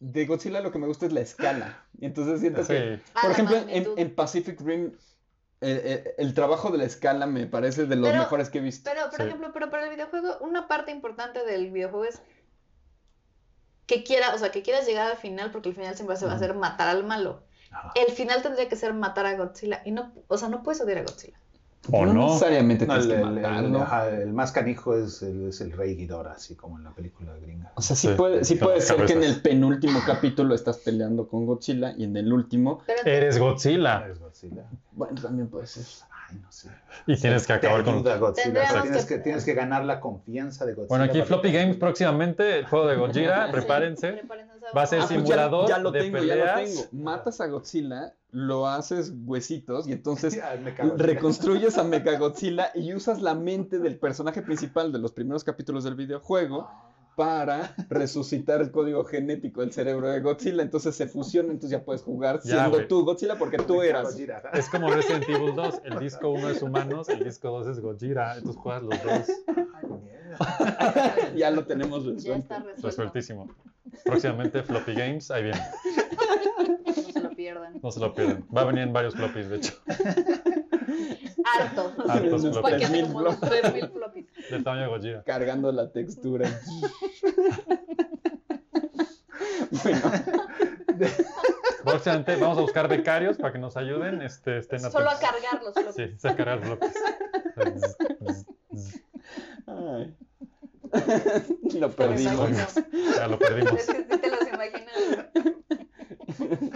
De Godzilla lo que me gusta es la escala. Y entonces siento que.
Sí.
Ah,
Por
la
ejemplo, en,
magnitud.
en Pacific Rim, eh, eh, el trabajo de la escala me parece de los
Pero-
mejores que he visto.
Pero, por
Sí.
ejemplo, pero para el videojuego, una parte importante del videojuego es que quiera, o sea, que quieras llegar al final, porque el final siempre se va a hacer matar al malo.
Ajá.
El final tendría que ser matar a Godzilla. Y no, o sea, no puedes odiar a Godzilla.
¿O no?
necesariamente
No,
tienes
el,
que
el- el-
matarlo.
ajá, el más canijo es el, es el Rey Ghidorah, así como en la película gringa.
O sea, sí,
Sí,
puede, sí
con
puede
las
ser que en
cabezas.
el penúltimo capítulo estás peleando con Godzilla y en el último,
Pero
Eres Godzilla
Es Godzilla.
bueno, también puede ser. Ah,
Ay, no sé.
y tienes que
Te
acabar con.
ayuda Godzilla. o sea,
Tendríamos
tienes,
que-
que, tienes que ganar la confianza de Godzilla.
Bueno, aquí
para-
Floppy Games próximamente, el juego de Godzilla,
Ah,
Sí,
prepárense.
prepárense, o sea,
Va a ser
vamos-
pues ya-
simulador
ya, lo
de
tengo, ya lo
peleas.
tengo. Matas a Godzilla, lo haces huesitos y entonces
Ah, me cago en-
reconstruyes a Mechagodzilla y usas la mente del personaje principal de los primeros capítulos del videojuego para resucitar el código genético del cerebro de Godzilla. Entonces se fusiona, entonces ya puedes jugar
Ya,
siendo
güey.
tú Godzilla porque tú
Me cago
eras.
en Godzilla.
Es como Resident Evil 2, el disco 1 es humanos, el disco 2 es Gojira, entonces juegas los dos.
Ay, mierda.
ya lo tenemos
Ya está
resuelto.
resuelto.
Resueltísimo. Próximamente Floppy Games, ahí viene,
No se lo pierdan.
no se lo pierdan. Va a venir en varios floppies, de hecho,
Harto.
Hartos
Unos
floppies.
Porque
3,000
como
bloques.
los 3000 floppies.
del tamaño de Gojira.
cargando la textura. bueno,
Próximamente vamos a buscar becarios para que nos ayuden, este, estén
Solo a
atentos.
cargar los floppies.
Sí, se cargan floppies.
ay. lo
Te los
perdimos.
imaginas.
Ya lo perdimos.
Es que sí te los imaginas.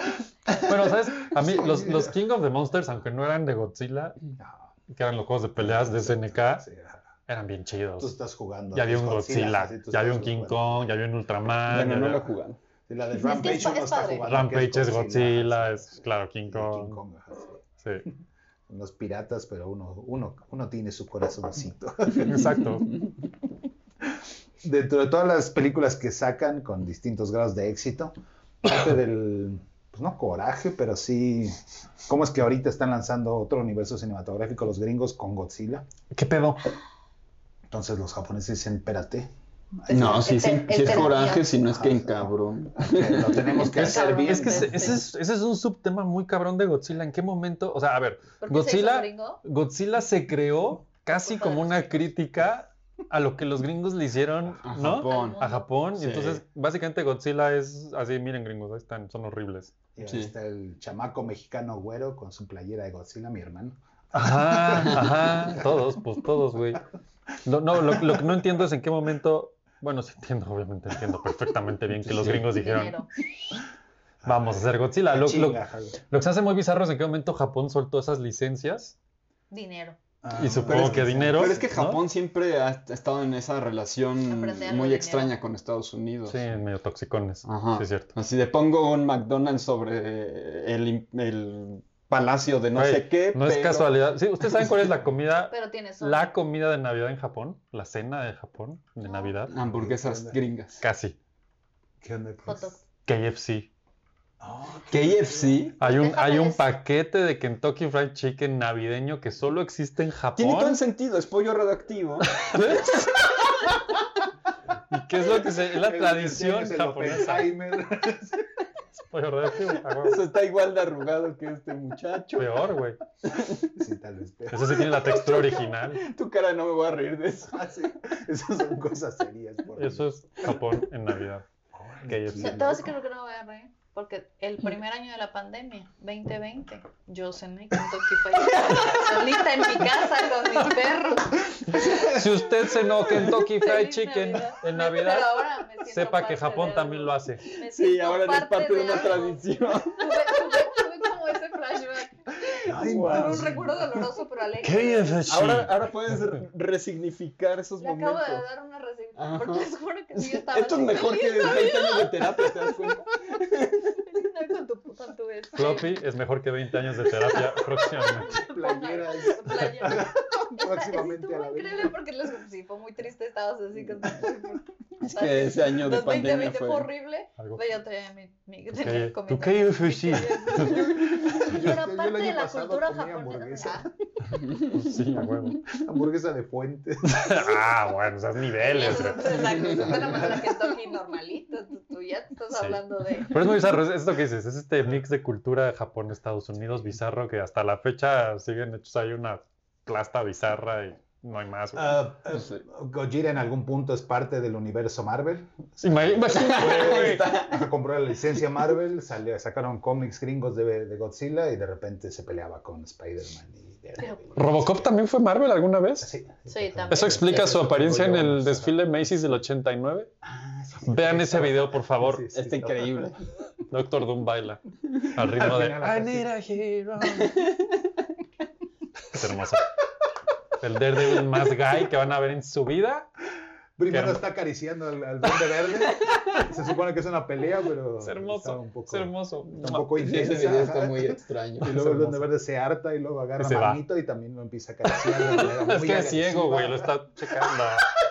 Bueno, ¿sabes? A mí, los, los King of the Monsters, aunque no eran de Godzilla,
No,
que eran los juegos de peleas de SNK,
sí, ajá.
eran bien
Tú
chidos.
estás jugando.
Ya había
tus
un
Godzillas,
Godzilla,
así tú
ya había
estás
un King
jugando.
Kong, ya había un Ultraman.
Bueno,
ya
no lo he
había-
jugado.
Sí, La de
Es que
Rampage
es pa-
uno
es
está
padre.
jugando.
Rampage
que
es Godzilla,
sí,
es claro, King
y King
Kong.
Kong, ajá, sí.
Sí,
Los piratas, pero uno, uno, uno tiene su corazoncito.
exacto.
Dentro de todas las películas que sacan con distintos grados de éxito, parte del, pues no coraje, pero sí, ¿cómo es que ahorita están lanzando otro universo cinematográfico los gringos con Godzilla?
¿Qué pedo?
Entonces los japoneses dicen, espérate,
No, sí,
Es
sí,
el-
sí es
el-
coraje, si no es que
Ajá.
en cabrón.
lo tenemos que
Es-
hacer bien.
Es que ese,
Sí.
ese es, ese es un subtema muy cabrón de Godzilla. ¿En qué momento? O sea, a ver,
¿Por qué se hizo
Godzilla,
gringo?
Godzilla se creó casi como una crítica a lo que los gringos le hicieron,
A
¿no? Ah,
Japón.
A Japón. Y
Sí.
entonces, básicamente Godzilla es así, miren gringos, ahí están, son horribles.
Y ahí
Sí.
está el chamaco mexicano güero con su playera de Godzilla, mi hermano.
Ajá, ajá, todos, pues todos, güey. Lo- no, lo, lo que no entiendo es en qué momento, bueno, sí entiendo, obviamente entiendo perfectamente bien que los
Sí.
gringos dijeron,
Dinero.
vamos a hacer Godzilla. Lo, lo-
Chinga, Javi.
lo que se hace muy bizarro es en qué momento Japón soltó esas licencias.
Dinero.
Ah,
Y supongo
pero
que dinero.
Pero es que
¿no?
Japón siempre ha ha estado en esa relación
Aprender algo
muy
de
extraña
dinero.
con Estados Unidos.
Sí, medio toxicones.
Ajá.
Sí, es cierto.
Así de pongo un McDonald's sobre el, im- el palacio de no
Güey,
sé qué.
No es
pero-
casualidad. Sí, ¿ustedes saben cuál es la comida?
Pero tienes un...
La comida de Navidad en Japón, la cena de Japón, de
No.
Navidad.
Hamburguesas gringas.
Casi.
¿Qué onda, pues?
Hot dog.
KFC.
Ah,
KFC
Hay un,
Deja
hay un
eso.
paquete de Kentucky Fried Chicken navideño que solo existe en
tiene todo
Japón.
el sentido, es pollo radioactivo.
¿Y ¿Eh? qué es lo que se, es la
el
tradición
diseño es el
japonesa?
Oppenheimer.
Pollo radioactivo, a huevo.
Eso está igual de arrugado que este muchacho.
ah, Peor, güey.
Sí, tal vez. pero-
Eso sí tiene la textura original.
Tu cara no me voy a reír de eso.
Ah, sí, Esas son cosas serias. por
Eso es Japón en Navidad. KFC.
Te te voy a decir que creo que no me voy a reír. Porque el primer año de la pandemia, 2020, yo cené Kentucky Fried Chicken solita en mi casa con mis perros.
Si usted cenó Kentucky Fried
Feliz
Chicken
Navidad.
en
Pero
Navidad,
ahora me siento
sepa que
parte
Japón
de
también
algo.
lo hace.
Me
Sí,
siento
ahora es parte de una
algo.
tradición.
Tuve, tuve- tuve como ese flashback.
Ay,
Wow.
Con
man.
un recuerdo doloroso, pero alegre.
KFC.
Ahora, ahora puedes re- resignificar esos
Le acabo de
momentos.
dar una
Ajá.
resignación. Porque les juro que sí, yo estaba.
Esto es
así,
mejor que
feliz,
20 años de terapia, ¿te das cuenta?
¿no? Con tu, con tu este,
Floppy es mejor que 20 años de terapia próximamente.
Playera es
playera.
próximamente a
Estuvo
la vez.
increíble porque les sí, fue muy triste. Estabas así con tu.
Es que ese año de
Los
pandemia
2020 fue
fue.
horrible.
Algo.
Pero yo todavía mi, mi,
Tu
tenía
K-
que comer
tu
mi
KFC.
Yo
Pero
el
aparte de
año
la
pasado
cultura
comí
japonesa. ah,
hamburguesa,
Pues Sí, a huevo.
hamburguesa de fuente.
Ah, bueno, esos niveles. güey.
Exacto, tú te la mandas a Kentucky normalito, tú, tú ya te estás
Sí.
hablando de...
Pero es muy bizarro, es esto que dices, es este mix de cultura Japón-Estados Unidos bizarro que hasta la fecha siguen hechos ahí una plasta bizarra y no hay más. güey.
Ah, ah,
No sé.
Gojira en algún punto es parte del universo Marvel.
Ima- Imagínate, güey.
Compró la licencia Marvel, salió- sacaron cómics gringos de, de Godzilla y de repente se peleaba con Spider-Man y Daredevil.
¿Robocop también fue Marvel alguna vez?
Sí,
Sí, también.
Eso explica su apariencia en el
Ajá.
desfile Macy's del 89.
Ah, sí, sí,
Vean
sí,
ese
sí.
video, por favor.
Sí, sí,
Está
sí.
increíble.
Doctor Doom baila al ritmo
Al
de
final, ajá,
I need a hero. Es hermoso. El Daredevil más gay que van a ver en su vida.
Primero
Qué hermo-
está acariciando al, al duende verde. Se supone que es una pelea, pero
Es
está
hermoso.
un poco,
Es hermoso.
está un poco
Sí,
intensa.
ese video está muy extraño.
Y luego el duende
hermoso.
verde se harta y luego agarra
Y se va.
manito y también lo empieza a acariciar. de manera muy
Es que es ciego,
agresiva.
güey. Lo está checando.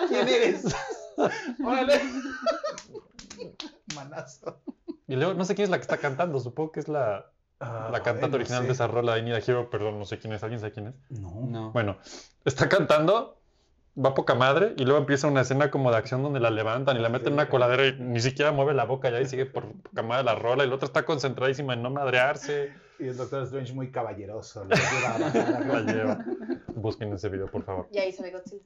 ¿Quién eres? Órale. Manazo.
Y luego, no sé quién es la que está cantando. Supongo que es la, la cantante original de esa rola de I Need a Hero. Perdón, no sé quién es. ¿Alguien sabe quién es?
No.
No.
Bueno, está cantando, va poca madre, y luego empieza una escena como de acción donde la levantan y la meten en una coladera y ni siquiera mueve la boca, ya y sigue por poca madre la rola, y la otra está concentradísima en no madrearse.
Y el Doctor Strange muy caballeroso. lo lleva a bajar a
La
la-
lleva. Busquen ese video, por favor.
Y ahí se ve Godzilla.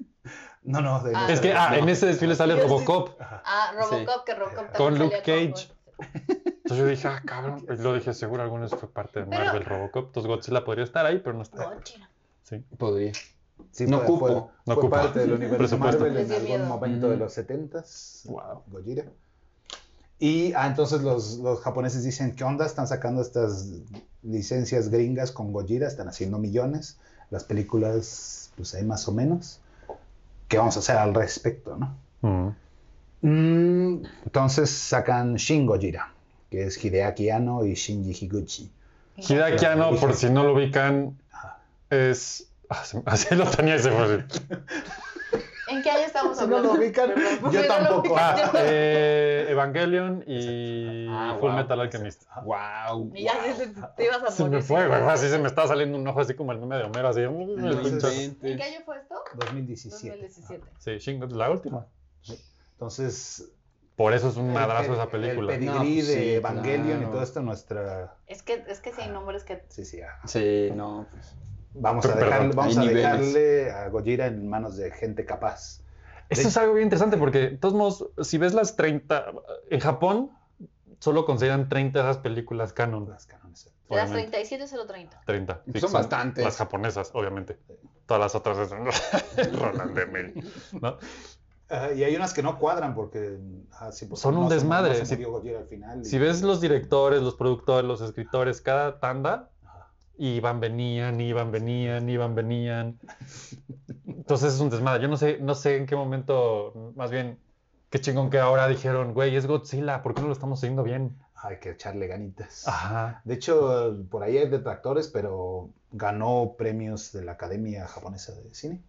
No, no. de-
Ah.
Es que ah, en ese desfile sale Robocop.
Ah, Robocop, que Robocop también
Con
salía
Luke Cage.
con-
Entonces yo dije, ah, cabrón. Y lo dije, seguro alguno fue parte de Marvel Robocop. Entonces Godzilla podría estar ahí, pero no está.
Godzilla.
Podría.
Sí,
No
fue-
ocupo,
fue-
no
fue
ocupo.
parte del universo
Presupuesto.
Marvel
Les
en
dio
algún
miedo.
momento de
Ujú.
los 70s.
Wow.
Gojira. Y ah, entonces los, los japoneses dicen, ¿qué onda? Están sacando estas licencias gringas con Gojira, están haciendo millones. Las películas, pues hay más o menos. ¿qué vamos a hacer al respecto, no?
Mm.
Mm, entonces sacan Shin Gojira, que es Hideaki Anno y Shinji Higuchi.
Hideaki Anno, por si no lo ubican, es. ah, se- Así lo tenía y se fue.
¿En qué año estamos
Si no
hablando?
lo ubican, yo
Perdón. Si no lo
tampoco.
ubican,
Ah, eh, Evangelion y
Ah,
Full
wow.
Metal Alchemist.
Wow.
Y ya te, te ibas a morir.
Se me fue, güey. Así se me estaba saliendo un ojo así como el meme de Homero, así. mm, pues,
Entonces-
¿En qué año fue esto?
2017.
2017.
Sí, Shingo, la última.
Entonces,
Por eso es un
el
madrazo
pe-
esa película.
El pedigrí
No, pues sí,
de Evangelion y
claro.
todo esto, nuestra.
Es que, es que sí hay nombres que...
Sí, sí, ah.
Sí, no. pues.
Vamos a,
Perdón,
dejarle, vamos a
hay niveles.
dejarle a Gojira en manos de gente capaz.
Eso es algo bien interesante porque, de todos modos, si ves las 30, en Japón solo consideran 30 esas películas canon.
Las canones.
Las
obviamente.
37030.
30.
Son bastantes.
Las japonesas, obviamente. Todas las otras es Roland Emmerich. ¿no?
Ah, y hay unas que no cuadran porque. ah, sí, porque
Son un
no se-
desmadre,
no se
sí.
murió Gojira al final y-
Si ves los directores, los productores, los escritores, cada tanda, iban, venían, iban, venían, iban, venían. Entonces es un desmadre. Yo no sé, no sé en qué momento, más bien, qué chingón que ahora dijeron, güey, es Godzilla, ¿por qué no lo estamos haciendo bien?
Hay que echarle ganitas.
Ajá.
De hecho, por ahí hay detractores, pero ganó premios de la Academia Japonesa de Cine.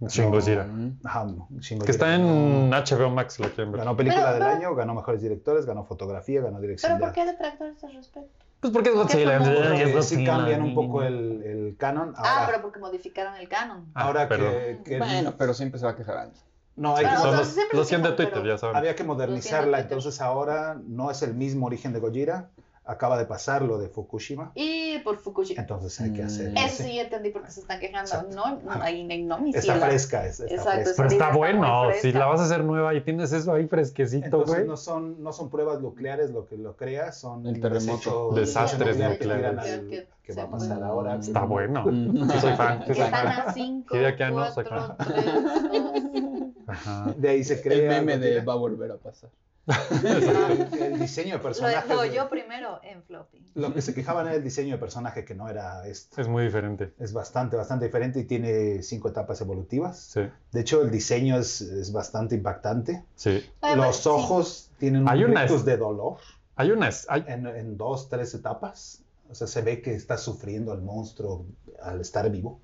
Shin Godzilla.
Mm.
Ajá,
Que
Shin Gojira
está en
ganó-
HBO Max, lo quieren ver.
Ganó película
Pero-
del
pero-
año, ganó mejores directores, ganó fotografía, ganó dirección. de
¿Pero por qué detractores al respecto?
Pues porque es Godzilla.
¿Por qué
arte.
son
es
Porque sí
Godzilla,
cambian un
ni-
poco el, el canon.
Ah,
Ahora,
pero porque modificaron el canon.
Ah,
ahora
perdón.
que, que-
Bueno, pero siempre se va a quejar alguien.
no, hay que-
Pero, o
Son
sea,
los,
siempre
los
se
100 de
quejan,
Twitter,
pero-
ya saben.
había que modernizarla,
Twitter.
entonces ahora no es el mismo origen de Gojira, acaba de pasar lo de Fukushima,
Y por Fukushima.
entonces hay que hacer...
Mm.
Eso sí entendí porque se están quejando.
Exacto.
No, ahí no, mi
Está fresca, es- está
Exacto,
fresca.
Pero
Sí,
está
está muy
bueno, si
fresca.
la vas a hacer nueva y tienes eso ahí fresquecito,
Entonces
güey.
no son, no son pruebas nucleares lo que lo crea, son
El terremoto.
desechos-
Desastres
desechos nucleares que
nucleares.
tiran al-
Que-
que va a
se
pasar
mueren.
ahora.
Está bueno.
Mm.
Sí, soy fan.
Que
soy
están
fan.
a 5,
Sí, de aquí a no,
4,
saca.
3, 2...
Ajá.
De ahí se
El
crea.
meme de
Godzilla.
va a volver a pasar.
el, el diseño de personajes.
Ah, Lo, no,
güey.
yo primero en floppy.
Lo que se quejaban era el diseño de personaje, que no era esto.
Es muy diferente.
Es bastante, bastante diferente y tiene cinco etapas evolutivas.
Sí,
De hecho, el diseño es, es bastante impactante.
sí.
Oye, pero
Los
sí,
ojos tienen un
Hay una-
rictus de dolor
Hay unas. Hay...
en, en dos, tres etapas. O sea, se ve que está sufriendo el monstruo al estar vivo.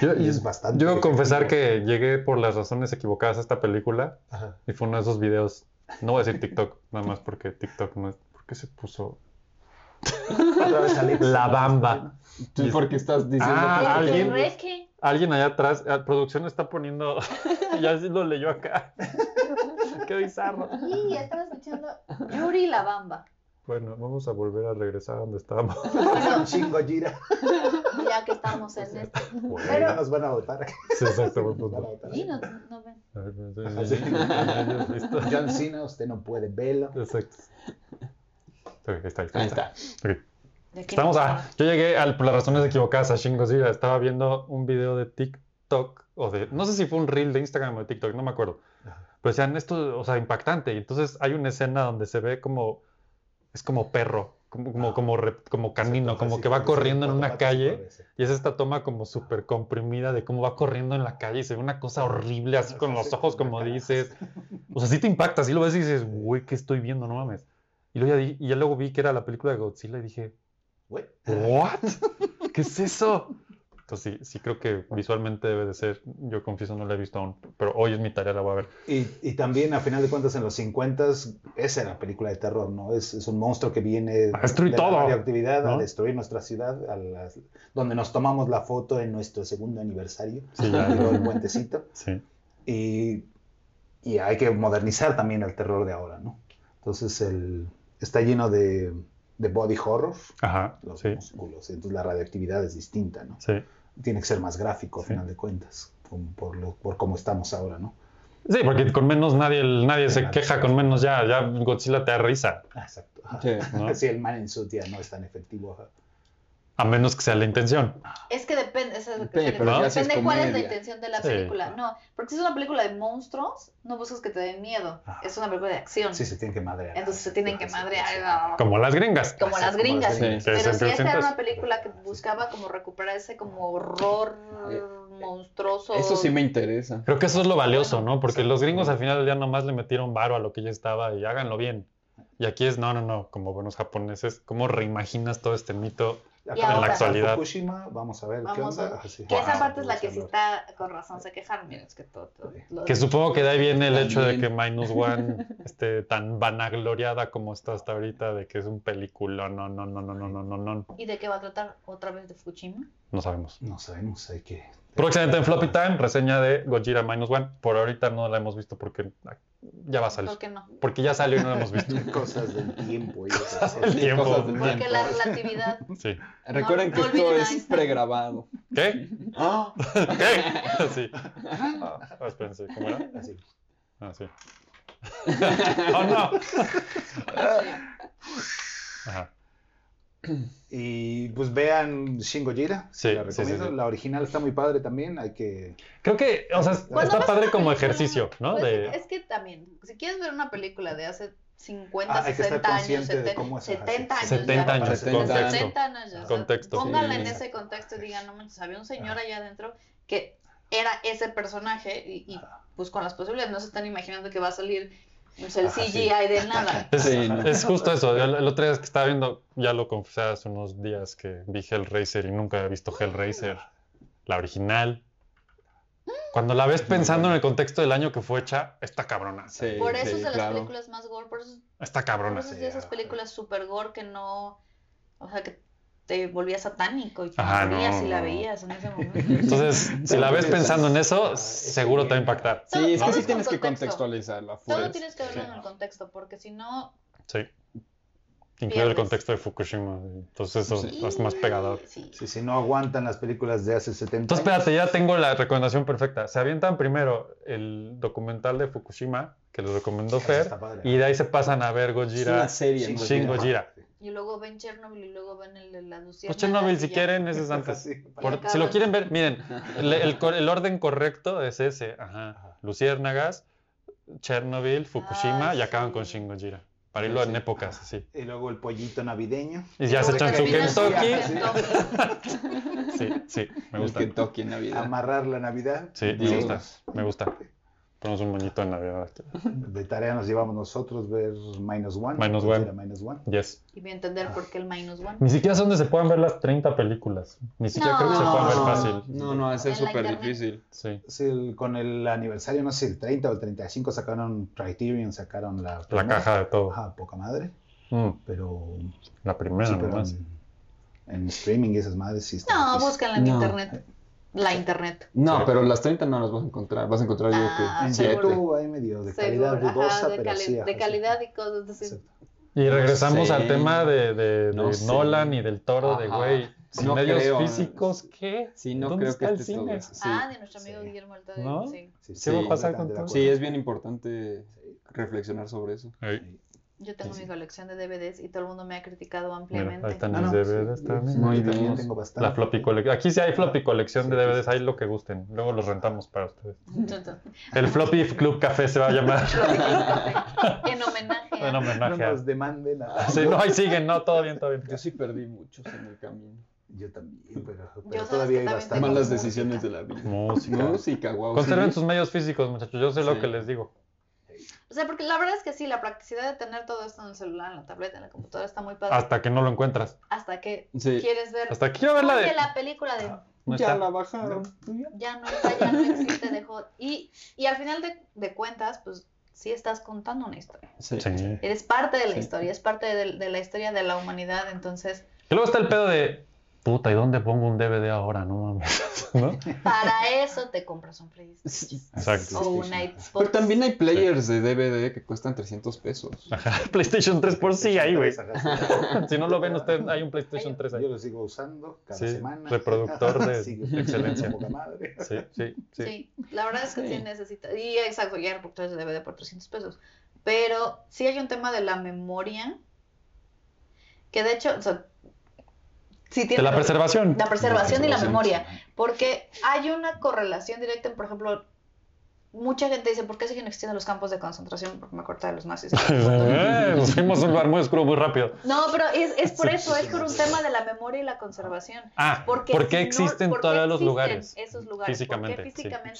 Yo,
Y es bastante
yo debo confesar que
efectivo.
llegué por las razones equivocadas a esta película
Ajá.
y fue uno de esos videos. No voy a decir TikTok, nada más porque TikTok no es. ¿Por qué se puso
Otra vez Alex.
la bamba?
Tú porque estás diciendo
Ah,
que-
el
alguien-
reque.
Alguien allá atrás, la producción está poniendo. ya sí lo leyó acá. qué bizarro.
Y estaba escuchando Yuri la Bamba.
Bueno, vamos a volver a regresar a donde estábamos.
Bueno,
Chingo Gira.
ya que estamos en este.
Bueno, nos van a votar.
Sí, exacto, buen
Nos van a
punto.
votar.
Y no, no ven.
Así.
Listo.
John Cena, usted no puede verlo.
Exacto. Ok, está, ahí está,
Ahí
ahí está.
está.
Ok.
¿De qué
Estamos
nos
a.
hablan?
Yo llegué al- por las razones equivocadas a Shin Godzilla. Estaba viendo un video de TikTok o de. No sé si fue un reel de Instagram o de TikTok, no me acuerdo. Pero decían esto, o sea, impactante. Y entonces hay una escena donde se ve como. Es como perro, como, como, como, rep- como canino, Ah. como que va corriendo en una calle. Y es esta toma como súper comprimida de cómo va corriendo en la calle y se ve una cosa horrible, así con los ojos, como dices. O sea, sí te impacta, sí lo ves y dices, güey, ¿qué estoy viendo? No mames. Y luego ya, di- y ya luego vi que era la película de Godzilla y dije,
Güey.
¿What? ¿Qué es eso? Entonces sí, sí creo que visualmente debe de ser. Yo confieso, no la he visto aún, pero hoy es mi tarea, la voy a ver.
Y, y también, a final de cuentas, en los 50 esa era película de terror, ¿no? Es, es un monstruo que viene
A destruir
de la
todo,
radioactividad
¿no?
a destruir nuestra ciudad, a las- donde nos tomamos la foto en nuestro segundo aniversario,
Sí, ya,
tiró el
¿no?
puentecito.
Sí.
Y, y hay que modernizar también el terror de ahora, ¿no? Entonces, el, está lleno de, de body horror,
Ajá.
los
Sí.
músculos, entonces la radioactividad es distinta, ¿no?
Sí.
tiene que ser más gráfico a
Sí.
final de cuentas, con- por, lo, por cómo estamos ahora, ¿no?
Sí, porque con menos nadie, nadie se
Claro.
queja, con menos ya, ya Godzilla te da risa,
Ah, Exacto.
Sí.
¿no?
Sí, el man en su tía no es tan efectivo. ajá.
A menos que sea la intención.
Es que depende, eso es lo que
Pe-
te
pero
digo,
ya si es
depende cuál es la
comedia.
intención de la
Sí.
película. No, porque si es una película de monstruos, no buscas que te den miedo.
Ah.
Ajá.
Es una película de acción.
Sí, se tienen que madrear.
Entonces se tienen que
Ajá, sí,
madrear.
sí.
ah,
Como las gringas.
como las gringas.
Sí.
Que
Pero
es
si esta era
1800.
una película que buscaba como recuperar ese como horror
Eh,
monstruoso rusos.
Eso sí me interesa.
Creo que eso es lo valioso, ¿no? Porque los gringos al final del día nomás le metieron varo a lo que ya estaba y háganlo bien. Y aquí es, no, no, no, como buenos japoneses, ¿cómo reimaginas todo este mito?
en la
actualidad.
Fukushima, vamos a ver qué
Vamos a-
onda. Ah, sí.
Que esa parte es la
Vamos
que
a
sí
ver.
está, con razón se quejaron. Mira, es que todo. todo- lo-
Que supongo que de ahí viene el hecho de que
También.
Minus One esté tan vanagloriada como está hasta ahorita, de que es un película, no, no, no, no, no, no, no, no,
¿Y de qué va a tratar otra vez de Fukushima?
no sabemos.
No sabemos, hay que.
Próximamente en Floppy Time, reseña de Gojira Minus One. Por ahorita no la hemos visto porque ah, ya va a salir.
¿Por qué no?
Porque ya salió y no la hemos visto.
Cosas del tiempo y esas
El
cosas.
tiempo.
Cosas del
Porque
tiempo.
la relatividad.
Sí.
Recuerden
No,
que
no
esto
olviden a
es
Einstein.
pregrabado.
¿Qué?
Ah,
¿Qué? Sí. Ah, espérense, ¿cómo era?
Así.
Ah, sí. ¡Oh, no! Ajá.
Y pues vean Shin Gojira,
Sí,
la
sí, sí,
recomiendo.
sí.
La original está muy padre también, hay que.
Creo que, o sea,
Cuando
está
ves
padre
una
como
película,
ejercicio, ¿no?
pues,
De,
Es que también, si quieres ver una película de hace 50,
Ah, hay que estar
60 años,
consciente de
70,
cómo es, ajá,
70
sí.
años.
70
ya.
años,
70
contexto.
70 años ya. o sea,
Contexto. Ah.
Pónganla
Sí.
en ese contexto y digan, no manches, había un señor allá adentro que era ese personaje y, y, pues con las posibilidades no se están imaginando que va a salir
Ah,
pues, el
Ajá, sí.
CGI de nada.
Es,
Sí, no.
es justo eso. El, el otro día que estaba viendo, ya lo confesé hace unos días que vi Hellraiser y nunca había visto Hellraiser, la original. Cuando la ves pensando en el contexto del año que fue hecha, está cabrona.
sí,
Por eso
sí,
es de las
claro.
películas más gore, por eso,
Está
por
cabrona.
eso es
sí,
de esas
ajá.
películas super gore que no, o sea, que te volvías satánico y te
Ajá,
morías
no,
y la
no.
veías en ese momento.
Entonces, si la ves pensando en eso, seguro te va a impactar.
Todo-
Sí, es que
todo
sí
es
tienes
con
que pues.
contexto.
contextualizarlo a
Todo
fuerza.
tienes que verlo en el
Sí.
contexto, porque si no...
Sí. Incluido el
Pierdes.
contexto de Fukushima. Entonces, Pues eso
Sí.
es más pegador.
Sí.
Si, si no aguantan las películas de hace 70
Entonces,
años,
espérate, ya tengo la recomendación perfecta. Se avientan primero el documental de Fukushima, que les recomendó
Eso
Fer,
está padre.
y de ahí se pasan a ver
Es
Gojira.
una serie.
Shin
¿no?
Shin Gojira.
Y luego ven Chernobyl y luego ven el de la
Pues
Luciérnagas
Chernobyl,
y
si
ya.
quieren, ese es
Ajá,
antes.
sí.
Por-
acabas.
si lo quieren ver, miren, le- el, cor- el orden correcto es ese. Ajá.
Ajá.
Luciérnagas, Chernobyl, Fukushima
Ah,
y acaban
sí.
con Shin Gojira. Para irlo
Sí,
en
sí.
épocas, así.
Y luego el pollito navideño.
Y ya se
Luego
echan su
terminas en
Kentucky.
Kentucky.
Sí, sí, me
El
gusta.
Kentucky en Navidad.
Amarrar la Navidad.
Sí, me
Dios.
gusta, me gusta. Ponemos un moñito en Navidad aquí.
De tarea nos llevamos nosotros ver Minus One.
Minus
Gojira
One.
Minus One.
Yes.
Y voy a
Ah.
entender por qué el minus one.
Ni siquiera son donde se puedan ver las 30 películas. Ni siquiera
No.
creo que se puedan ver fácil.
No, no, es
En la
súper
internet.
difícil.
Sí.
Sí, el- con el aniversario, no sé, el 30 o el 35 sacaron Criterion, sacaron la,
La
primera.
caja de todo.
Ajá, poca madre.
Mm,
Pero,
la primera
sí, pero
nomás.
en, en streaming y esas madres sí está
No,
pues
difícil.
búsquenla en
No.
internet. La internet.
No,
Sí.
pero las 30 no las vas a encontrar. Vas a encontrar, yo
Ah,
creo que
En
siete.
siete.
YouTube hay medio de
Seguro.
calidad
Ajá,
dudosa,
de,
pero
cali-
sí, ajá,
de
sí.
calidad y cosas así.
Exacto.
Y regresamos
sé.
al tema de, de- de
No sé.
Nolan y del toro de
Ajá.
güey. Sin
No
medios
creo.
físicos, ¿qué?
Sí, no
¿Dónde
creo que
está el
esté todo
cine?
eso. Sí.
Ah, de nuestro amigo
Sí.
Guillermo del Toro.
¿No?
sí.
Sí,
¿Qué va a pasar con
completamente
todo?
de acuerdo.
Sí, es bien importante reflexionar sobre eso.
Ey,
Yo tengo
Sí, sí.
mi colección de DVDs y todo el mundo me ha criticado
mira,
ampliamente.
ahí están
Ah,
mis
no,
DVDs
sí,
también.
sí,
Muy
yo también
bien.
tengo bastante.
La floppy colección. Aquí sí hay floppy colección de
Sí, sí,
DVDs, hay lo que gusten. Luego los rentamos para ustedes.
Entonces,
El Floppy Club Café se va a llamar
en homenaje. a-
en
No
homenaje a...
nos demanden nada.
Sí, no, ahí siguen, no, todo bien, todo bien.
Yo sí perdí muchos en el camino.
Yo también, pero, pero todavía hay
sabes que también
bastante.
tengo
Malas
música.
decisiones de la vida.
Música.
Música, guau.
Conserven
sí.
sus medios físicos, muchachos. Yo sé lo
Sí.
que les digo.
O sea, porque la verdad es que sí, la practicidad de tener todo esto en el celular, en la tableta, en la computadora está muy padre.
Hasta que no lo encuentras.
Hasta que
Sí.
quieres ver.
Hasta que quiero ver la
Porque
de. Ah.
la película de
No
ya
está.
la bajaron.
ya no está, ya no existe, dejó. Y, y al final de, de cuentas, pues sí estás contando una historia.
Sí.
Sí.
Eres parte de la
Sí.
historia, es parte del- de, la historia de la humanidad. Entonces,
Y luego está el pedo de. Puta, ¿y dónde pongo un DVD ahora? No mames. ¿No?
para eso te compras un PlayStation
Sí.
Exacto.
o un Xbox.
Pero también hay players de DVD que cuestan 300 pesos.
Ajá, PlayStation 3 por sí, ahí, güey. Si no lo ven ustedes, hay un
Hay
PlayStation
un-
3
Yo
ahí.
lo sigo usando cada
Sí,
semana.
reproductor de
Sigue siendo
excelencia.
poca madre.
Sí, sí, sí.
Sí, la verdad es que sí,
Sí.
necesita. Y exacto, ya reproductores de DVD por 300 pesos. Pero sí hay un tema de la memoria. Que de hecho, o sea, sí tiene.
De la preservación.
la preservación y la
preservación.
memoria. Porque hay una correlación directa, en, por ejemplo, mucha gente dice, ¿por qué siguen existiendo los campos de concentración? Porque me acordé de los nazis.
Eh, Nos fuimos al bar muy oscuro muy rápido.
No, pero es, es por eso, es por un tema de la memoria y la conservación.
Ah,
Porque
¿por qué
si no-
existen
¿por qué
todavía los
existen
lugares?
Esos lugares.
Físicamente,
¿Por qué
sí.
físicamente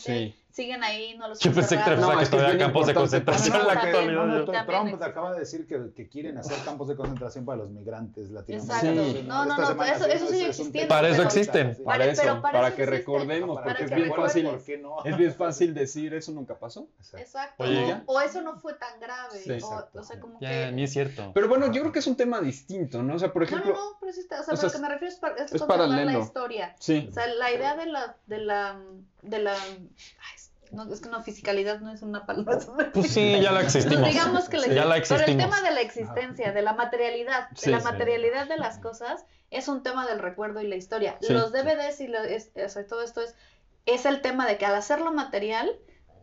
Sí.
siguen ahí? No los
Yo pensé que te
conservaron?
No, es
pensaba que
que es
todavía
bien
campos de
importante.
concentración en
No,
la
también,
actualidad.
no, no,
¿no?
también
Trump
existe.
acaba de decir que, que quieren hacer campos de concentración para los migrantes
Exacto.
latinoamericanos.
Sí.
No, no,
Esta
no,
semana
eso-
sí, pues,
eso sigue
es un
existiendo,
tema.
Para eso existe.
Sí.
Para
Pero-
eso,
pero para
para,
eso
que
existe.
recordemos,
Para
porque
que
es bien
recuerdes.
fácil,
¿Por qué no?
es bien fácil decir eso nunca pasó.
Exacto.
Oye,
o-
ya.
o, eso no fue tan grave.
Sí,
o-
exacto.
o, sea, como
Ya,
que.
ni es cierto.
Pero bueno, yo creo que es un tema distinto, ¿no? O sea, por
No, no,
ejemplo,
no, pero sí está. O sea,
o sea,
pero lo que me refiero es, para, es,
es
conservar la
paralelo.
historia.
sí.
O sea, la idea de la. De la, de la ay, es- no, es que no, fiscalidad no es una palabra.
Pues sí, ya la
No,
existimos.
digamos que la
ya la
Pero el
existimos.
tema de la existencia, de la materialidad, de
Sí,
la
sí.
materialidad de las cosas, es un tema del recuerdo y la historia.
Sí.
Los DVDs y lo- es- o sea, todo esto es, es el tema de que al hacerlo material,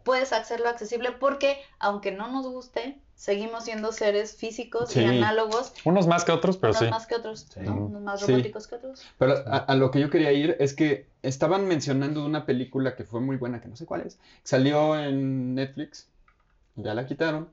puedes hacerlo accesible porque, aunque no nos guste, seguimos siendo seres físicos
Sí.
y análogos,
Unos más que otros, pero
unos
sí.
más que otros,
Sí.
¿no? unos más
Sí.
robóticos que otros.
Pero a, a lo que yo quería ir es que estaban mencionando una película que fue muy buena, que no sé cuál es, que salió en Netflix, ya la quitaron,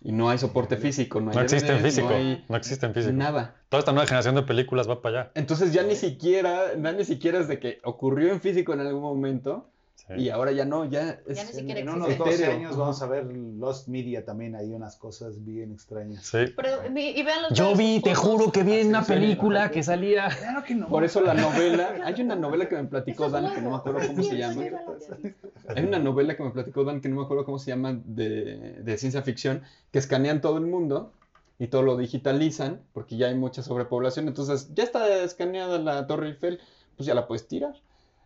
y no hay soporte físico, no hay
No existe en
DVDs,
físico.
no hay
No existe en físico.
nada.
Toda esta nueva generación de películas va para allá.
Entonces ya ni siquiera, ya ni siquiera es de que ocurrió en físico en algún momento,
Sí.
y ahora ya no, ya es...
Ya ni siquiera
En
existe.
unos 12
Etéreo.
años vamos a ver Lost Media también. Hay unas cosas bien extrañas. Ah,
Sí.
Pero, y- y vean los
Yo
videos
vi, te
oscuros.
juro que vi
Así
una
suena,
película
¿no?
que salía.
Claro que no.
Por eso la novela, hay una novela que me platicó
Eso es
Dan, que no me
nuevo.
acuerdo
Es
cómo se
cierto,
llama.
yo ya lo había visto.
Hay una novela que me platicó Dan, que no me acuerdo cómo se llama, de, de ciencia ficción, que escanean todo el mundo y todo lo digitalizan, porque ya hay mucha sobrepoblación. Entonces, ya está escaneada la Torre Eiffel, pues ya la puedes tirar.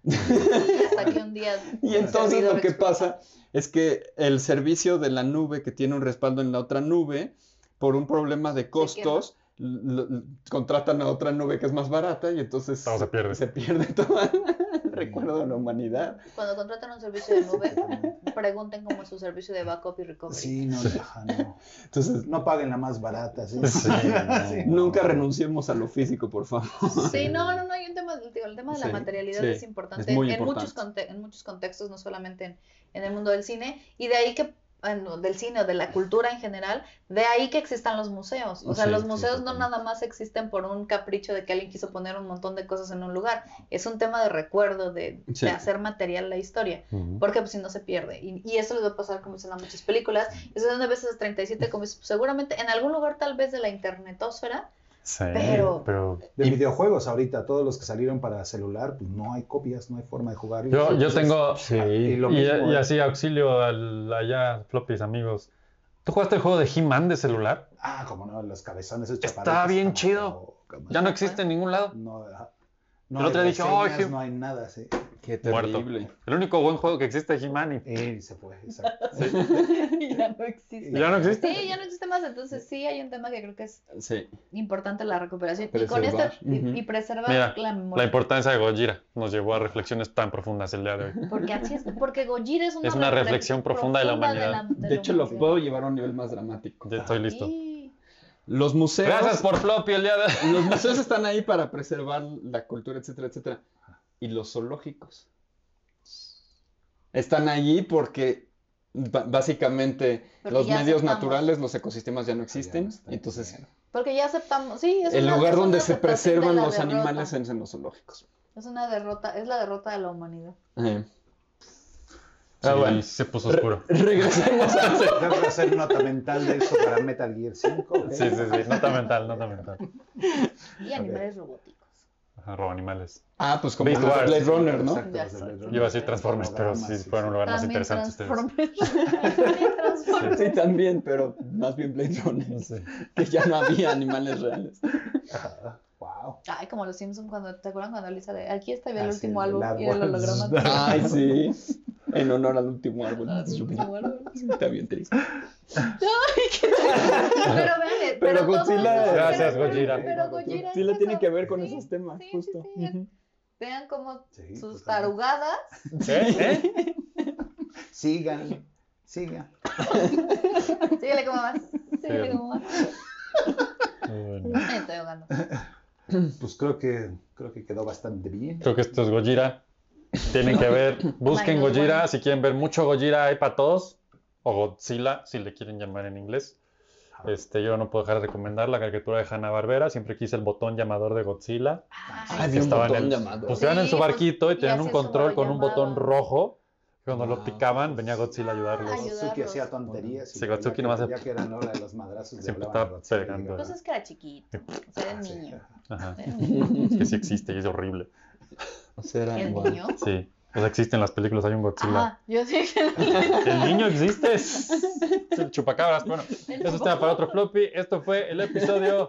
Hasta que un día.
Y
el
entonces
servidor
lo que
explota.
pasa es que el servicio de la nube, que tiene un respaldo en la otra nube, por un problema de costos, l- l- contratan a otra nube que es más barata y entonces
Todo se pierde.
se pierde todo el recuerdo de la humanidad.
Cuando contratan un servicio de nube, pregunten cómo es su servicio de backup y recovery.
Sí, no, ajá, no.
Entonces,
No paguen la más barata. Sí,
Sí, no.
Sí.
nunca renunciemos a lo físico, por favor.
Sí, no, no, no, hay un tema, digo, el tema de la
Sí,
materialidad
sí,
es importante,
es muy
en muchos conte- en muchos contextos, no solamente en, en el mundo del cine, y de ahí que ah, no, del cine o de la cultura en general, de ahí que existan los museos. O sea,
Sí,
los
sí,
museos no
totalmente.
nada más existen por un capricho de que alguien quiso poner un montón de cosas en un lugar, es un tema de recuerdo, de, de
Sí.
hacer material la historia.
Ujú.
Porque pues si no se pierde. Y, y eso les va a pasar como dicen a muchas películas. Eso es veces a 37, como dices, pues, seguramente en algún lugar tal vez de la internetósfera.
Sí,
Pero-
pero
De videojuegos ahorita, todos los que salieron para celular, pues no hay copias, no hay forma de jugarlos.
yo, yo
Entonces,
tengo
Y lo
y,
mismo,
y
¿eh?
así auxilio al, allá floppies amigos. ¿Tú jugaste el juego de He-Man de celular?
Ah, como no, los cabezones esos
Está
chaparritos,
bien
como-
chido.
como-
Ya no existe en ningún lado.
No, ajá. no
El
hay
otro día dije,
reseñas,
"Ay, qué-
no hay nada, sí.
Qué
Muerto.
terrible.
El único buen juego que existe es He-Man y-
Eh, Y se fue, exacto.
ya no existe.
y ya no existe.
Sí, ya no existe más. Entonces sí hay un tema que creo que es
Sí.
importante la recuperación. Y con
Preservar,
esto, y,
ujú.
y preservar
Mira,
la
La
memoria.
importancia de Gojira nos llevó a reflexiones tan profundas el día de hoy.
porque así es, porque Gojira es una,
Es una reflexión profunda de la humanidad.
De hecho, lo puedo llevar a un nivel más dramático.
Ya estoy listo.
Sí.
Los museos.
Gracias por floppy el día de hoy.
Los museos están ahí para preservar la cultura, etcétera, etcétera. Y los zoológicos. Están allí porque ba- básicamente
Porque
los
ya
medios
aceptamos.
naturales, los ecosistemas ya no
Ya
existen.
no está.
entonces,
Porque ya aceptamos, sí, es
el
una-
lugar
es
donde
una
se
aceptación de
preservan
la
los
derrota.
animales es en los zoológicos.
Es una derrota, es la derrota de la humanidad.
Eh,
Ah,
Sí,
bueno, se puso oscuro.
Regresemos a
Tengo que hacer nota mental de eso para Metal Gear 5. ¿ok?
Sí, sí, sí. Nota mental, nota mental.
Y animales robóticos.
Ajá, robo animales.
Ah, pues como
Beast
los de
Wars.
Blade Runner, ¿no?
Exacto, los de Blade Runner.
Yo iba a decir Transformers, pero sí
Programas,
fue un lugar más
También
interesante ustedes.
Transformers. También Transformers.
Sí, también, pero más bien Blade Runner, que ya no había animales reales.
Ajá. Wow.
Ay, como los Simpsons cuando te acuerdan cuando Lisa de aquí está bien
Ah,
el
sí,
último
el
álbum y el
árbol.
holograma.
Ay, sí. En honor al último árbol.
Ah, sí, último árbol.
Está bien triste.
Pero vean,
Pero
todo
Godzilla-
eso-
Gracias,
pero-
Gojira.
Pero Gojira
Sí, la
es
tiene
eso.
que ver con
Sí,
esos temas,
sí, sí,
justo.
sí, es- Vean como
Sí,
sus
totalmente.
tarugadas.
¿Eh? ¿Eh?
Sigan, sigan.
Síguele como más. Síguele como más.
Bueno,
Ay, Estoy ahogando.
Pues creo que, creo que quedó bastante bien.
Creo que esto es Gojira. Tienen que ver, busquen
Ay, no,
Gojira,
bueno.
si quieren ver mucho Gojira hay para todos, o Godzilla, si le quieren llamar en inglés. Este, yo no puedo dejar de recomendar la caricatura de Hanna-Barbera, siempre quise el botón llamador de Godzilla.
Ah,
Ay,
había un
Estaban
botón
en-
llamado.
Pues iban en su
Sí, pues,
barquito y
y
tenían un
hacían su
control con un
llamado.
botón rojo. y Cuando lo
Ah,
picaban, venía Godzilla a
Ay,
ayudarlos.
ayuda.
Suki hacía tonterías. y
Sí, Gatsuki
ya
nomás
que-
se-
Ya que era la hora de los madrazos, le
Siempre
hablaban
estaba
a Gatsuki y
pegando.
digo,
pues es que era chiquito, o sea, era
"Ah, sí".
niño.
Ajá.
Era niño.
Es que sí existe y es horrible.
O sea, era
¿El
igual.
niño?
Sí. O sea, existen las películas, hay un Godzilla.
Ajá, yo sí
El niño existe. Es el chupacabras. Bueno, eso está para otro floppy. Esto fue el episodio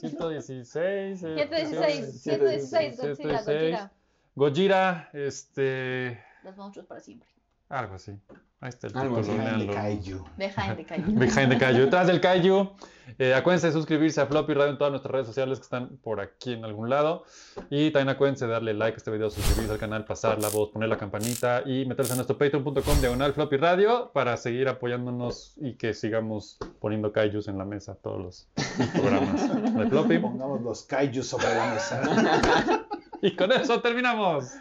116. eh,
116, 116, Godzilla,
116.
Godzilla.
Gojira, este.
Los monstruos um para siempre.
Algo así. Ahí está el
Algo así.
título.
Behind the
léanlo.
Kaiju.
Behind the Kaiju.
Behind the Kaiju. Detrás del Kaiju. Eh, acuérdense de suscribirse a Floppy Radio en todas nuestras redes sociales que están por aquí en algún lado. Y también acuérdense de darle like a este video, suscribirse al canal, pasar la voz, poner la campanita y meterse a nuestro patreon.com diagonal Floppy Radio para seguir apoyándonos y que sigamos poniendo Kaijus en la mesa todos los programas de Floppy.
Pongamos los Kaiju sobre la mesa.
Y con eso terminamos.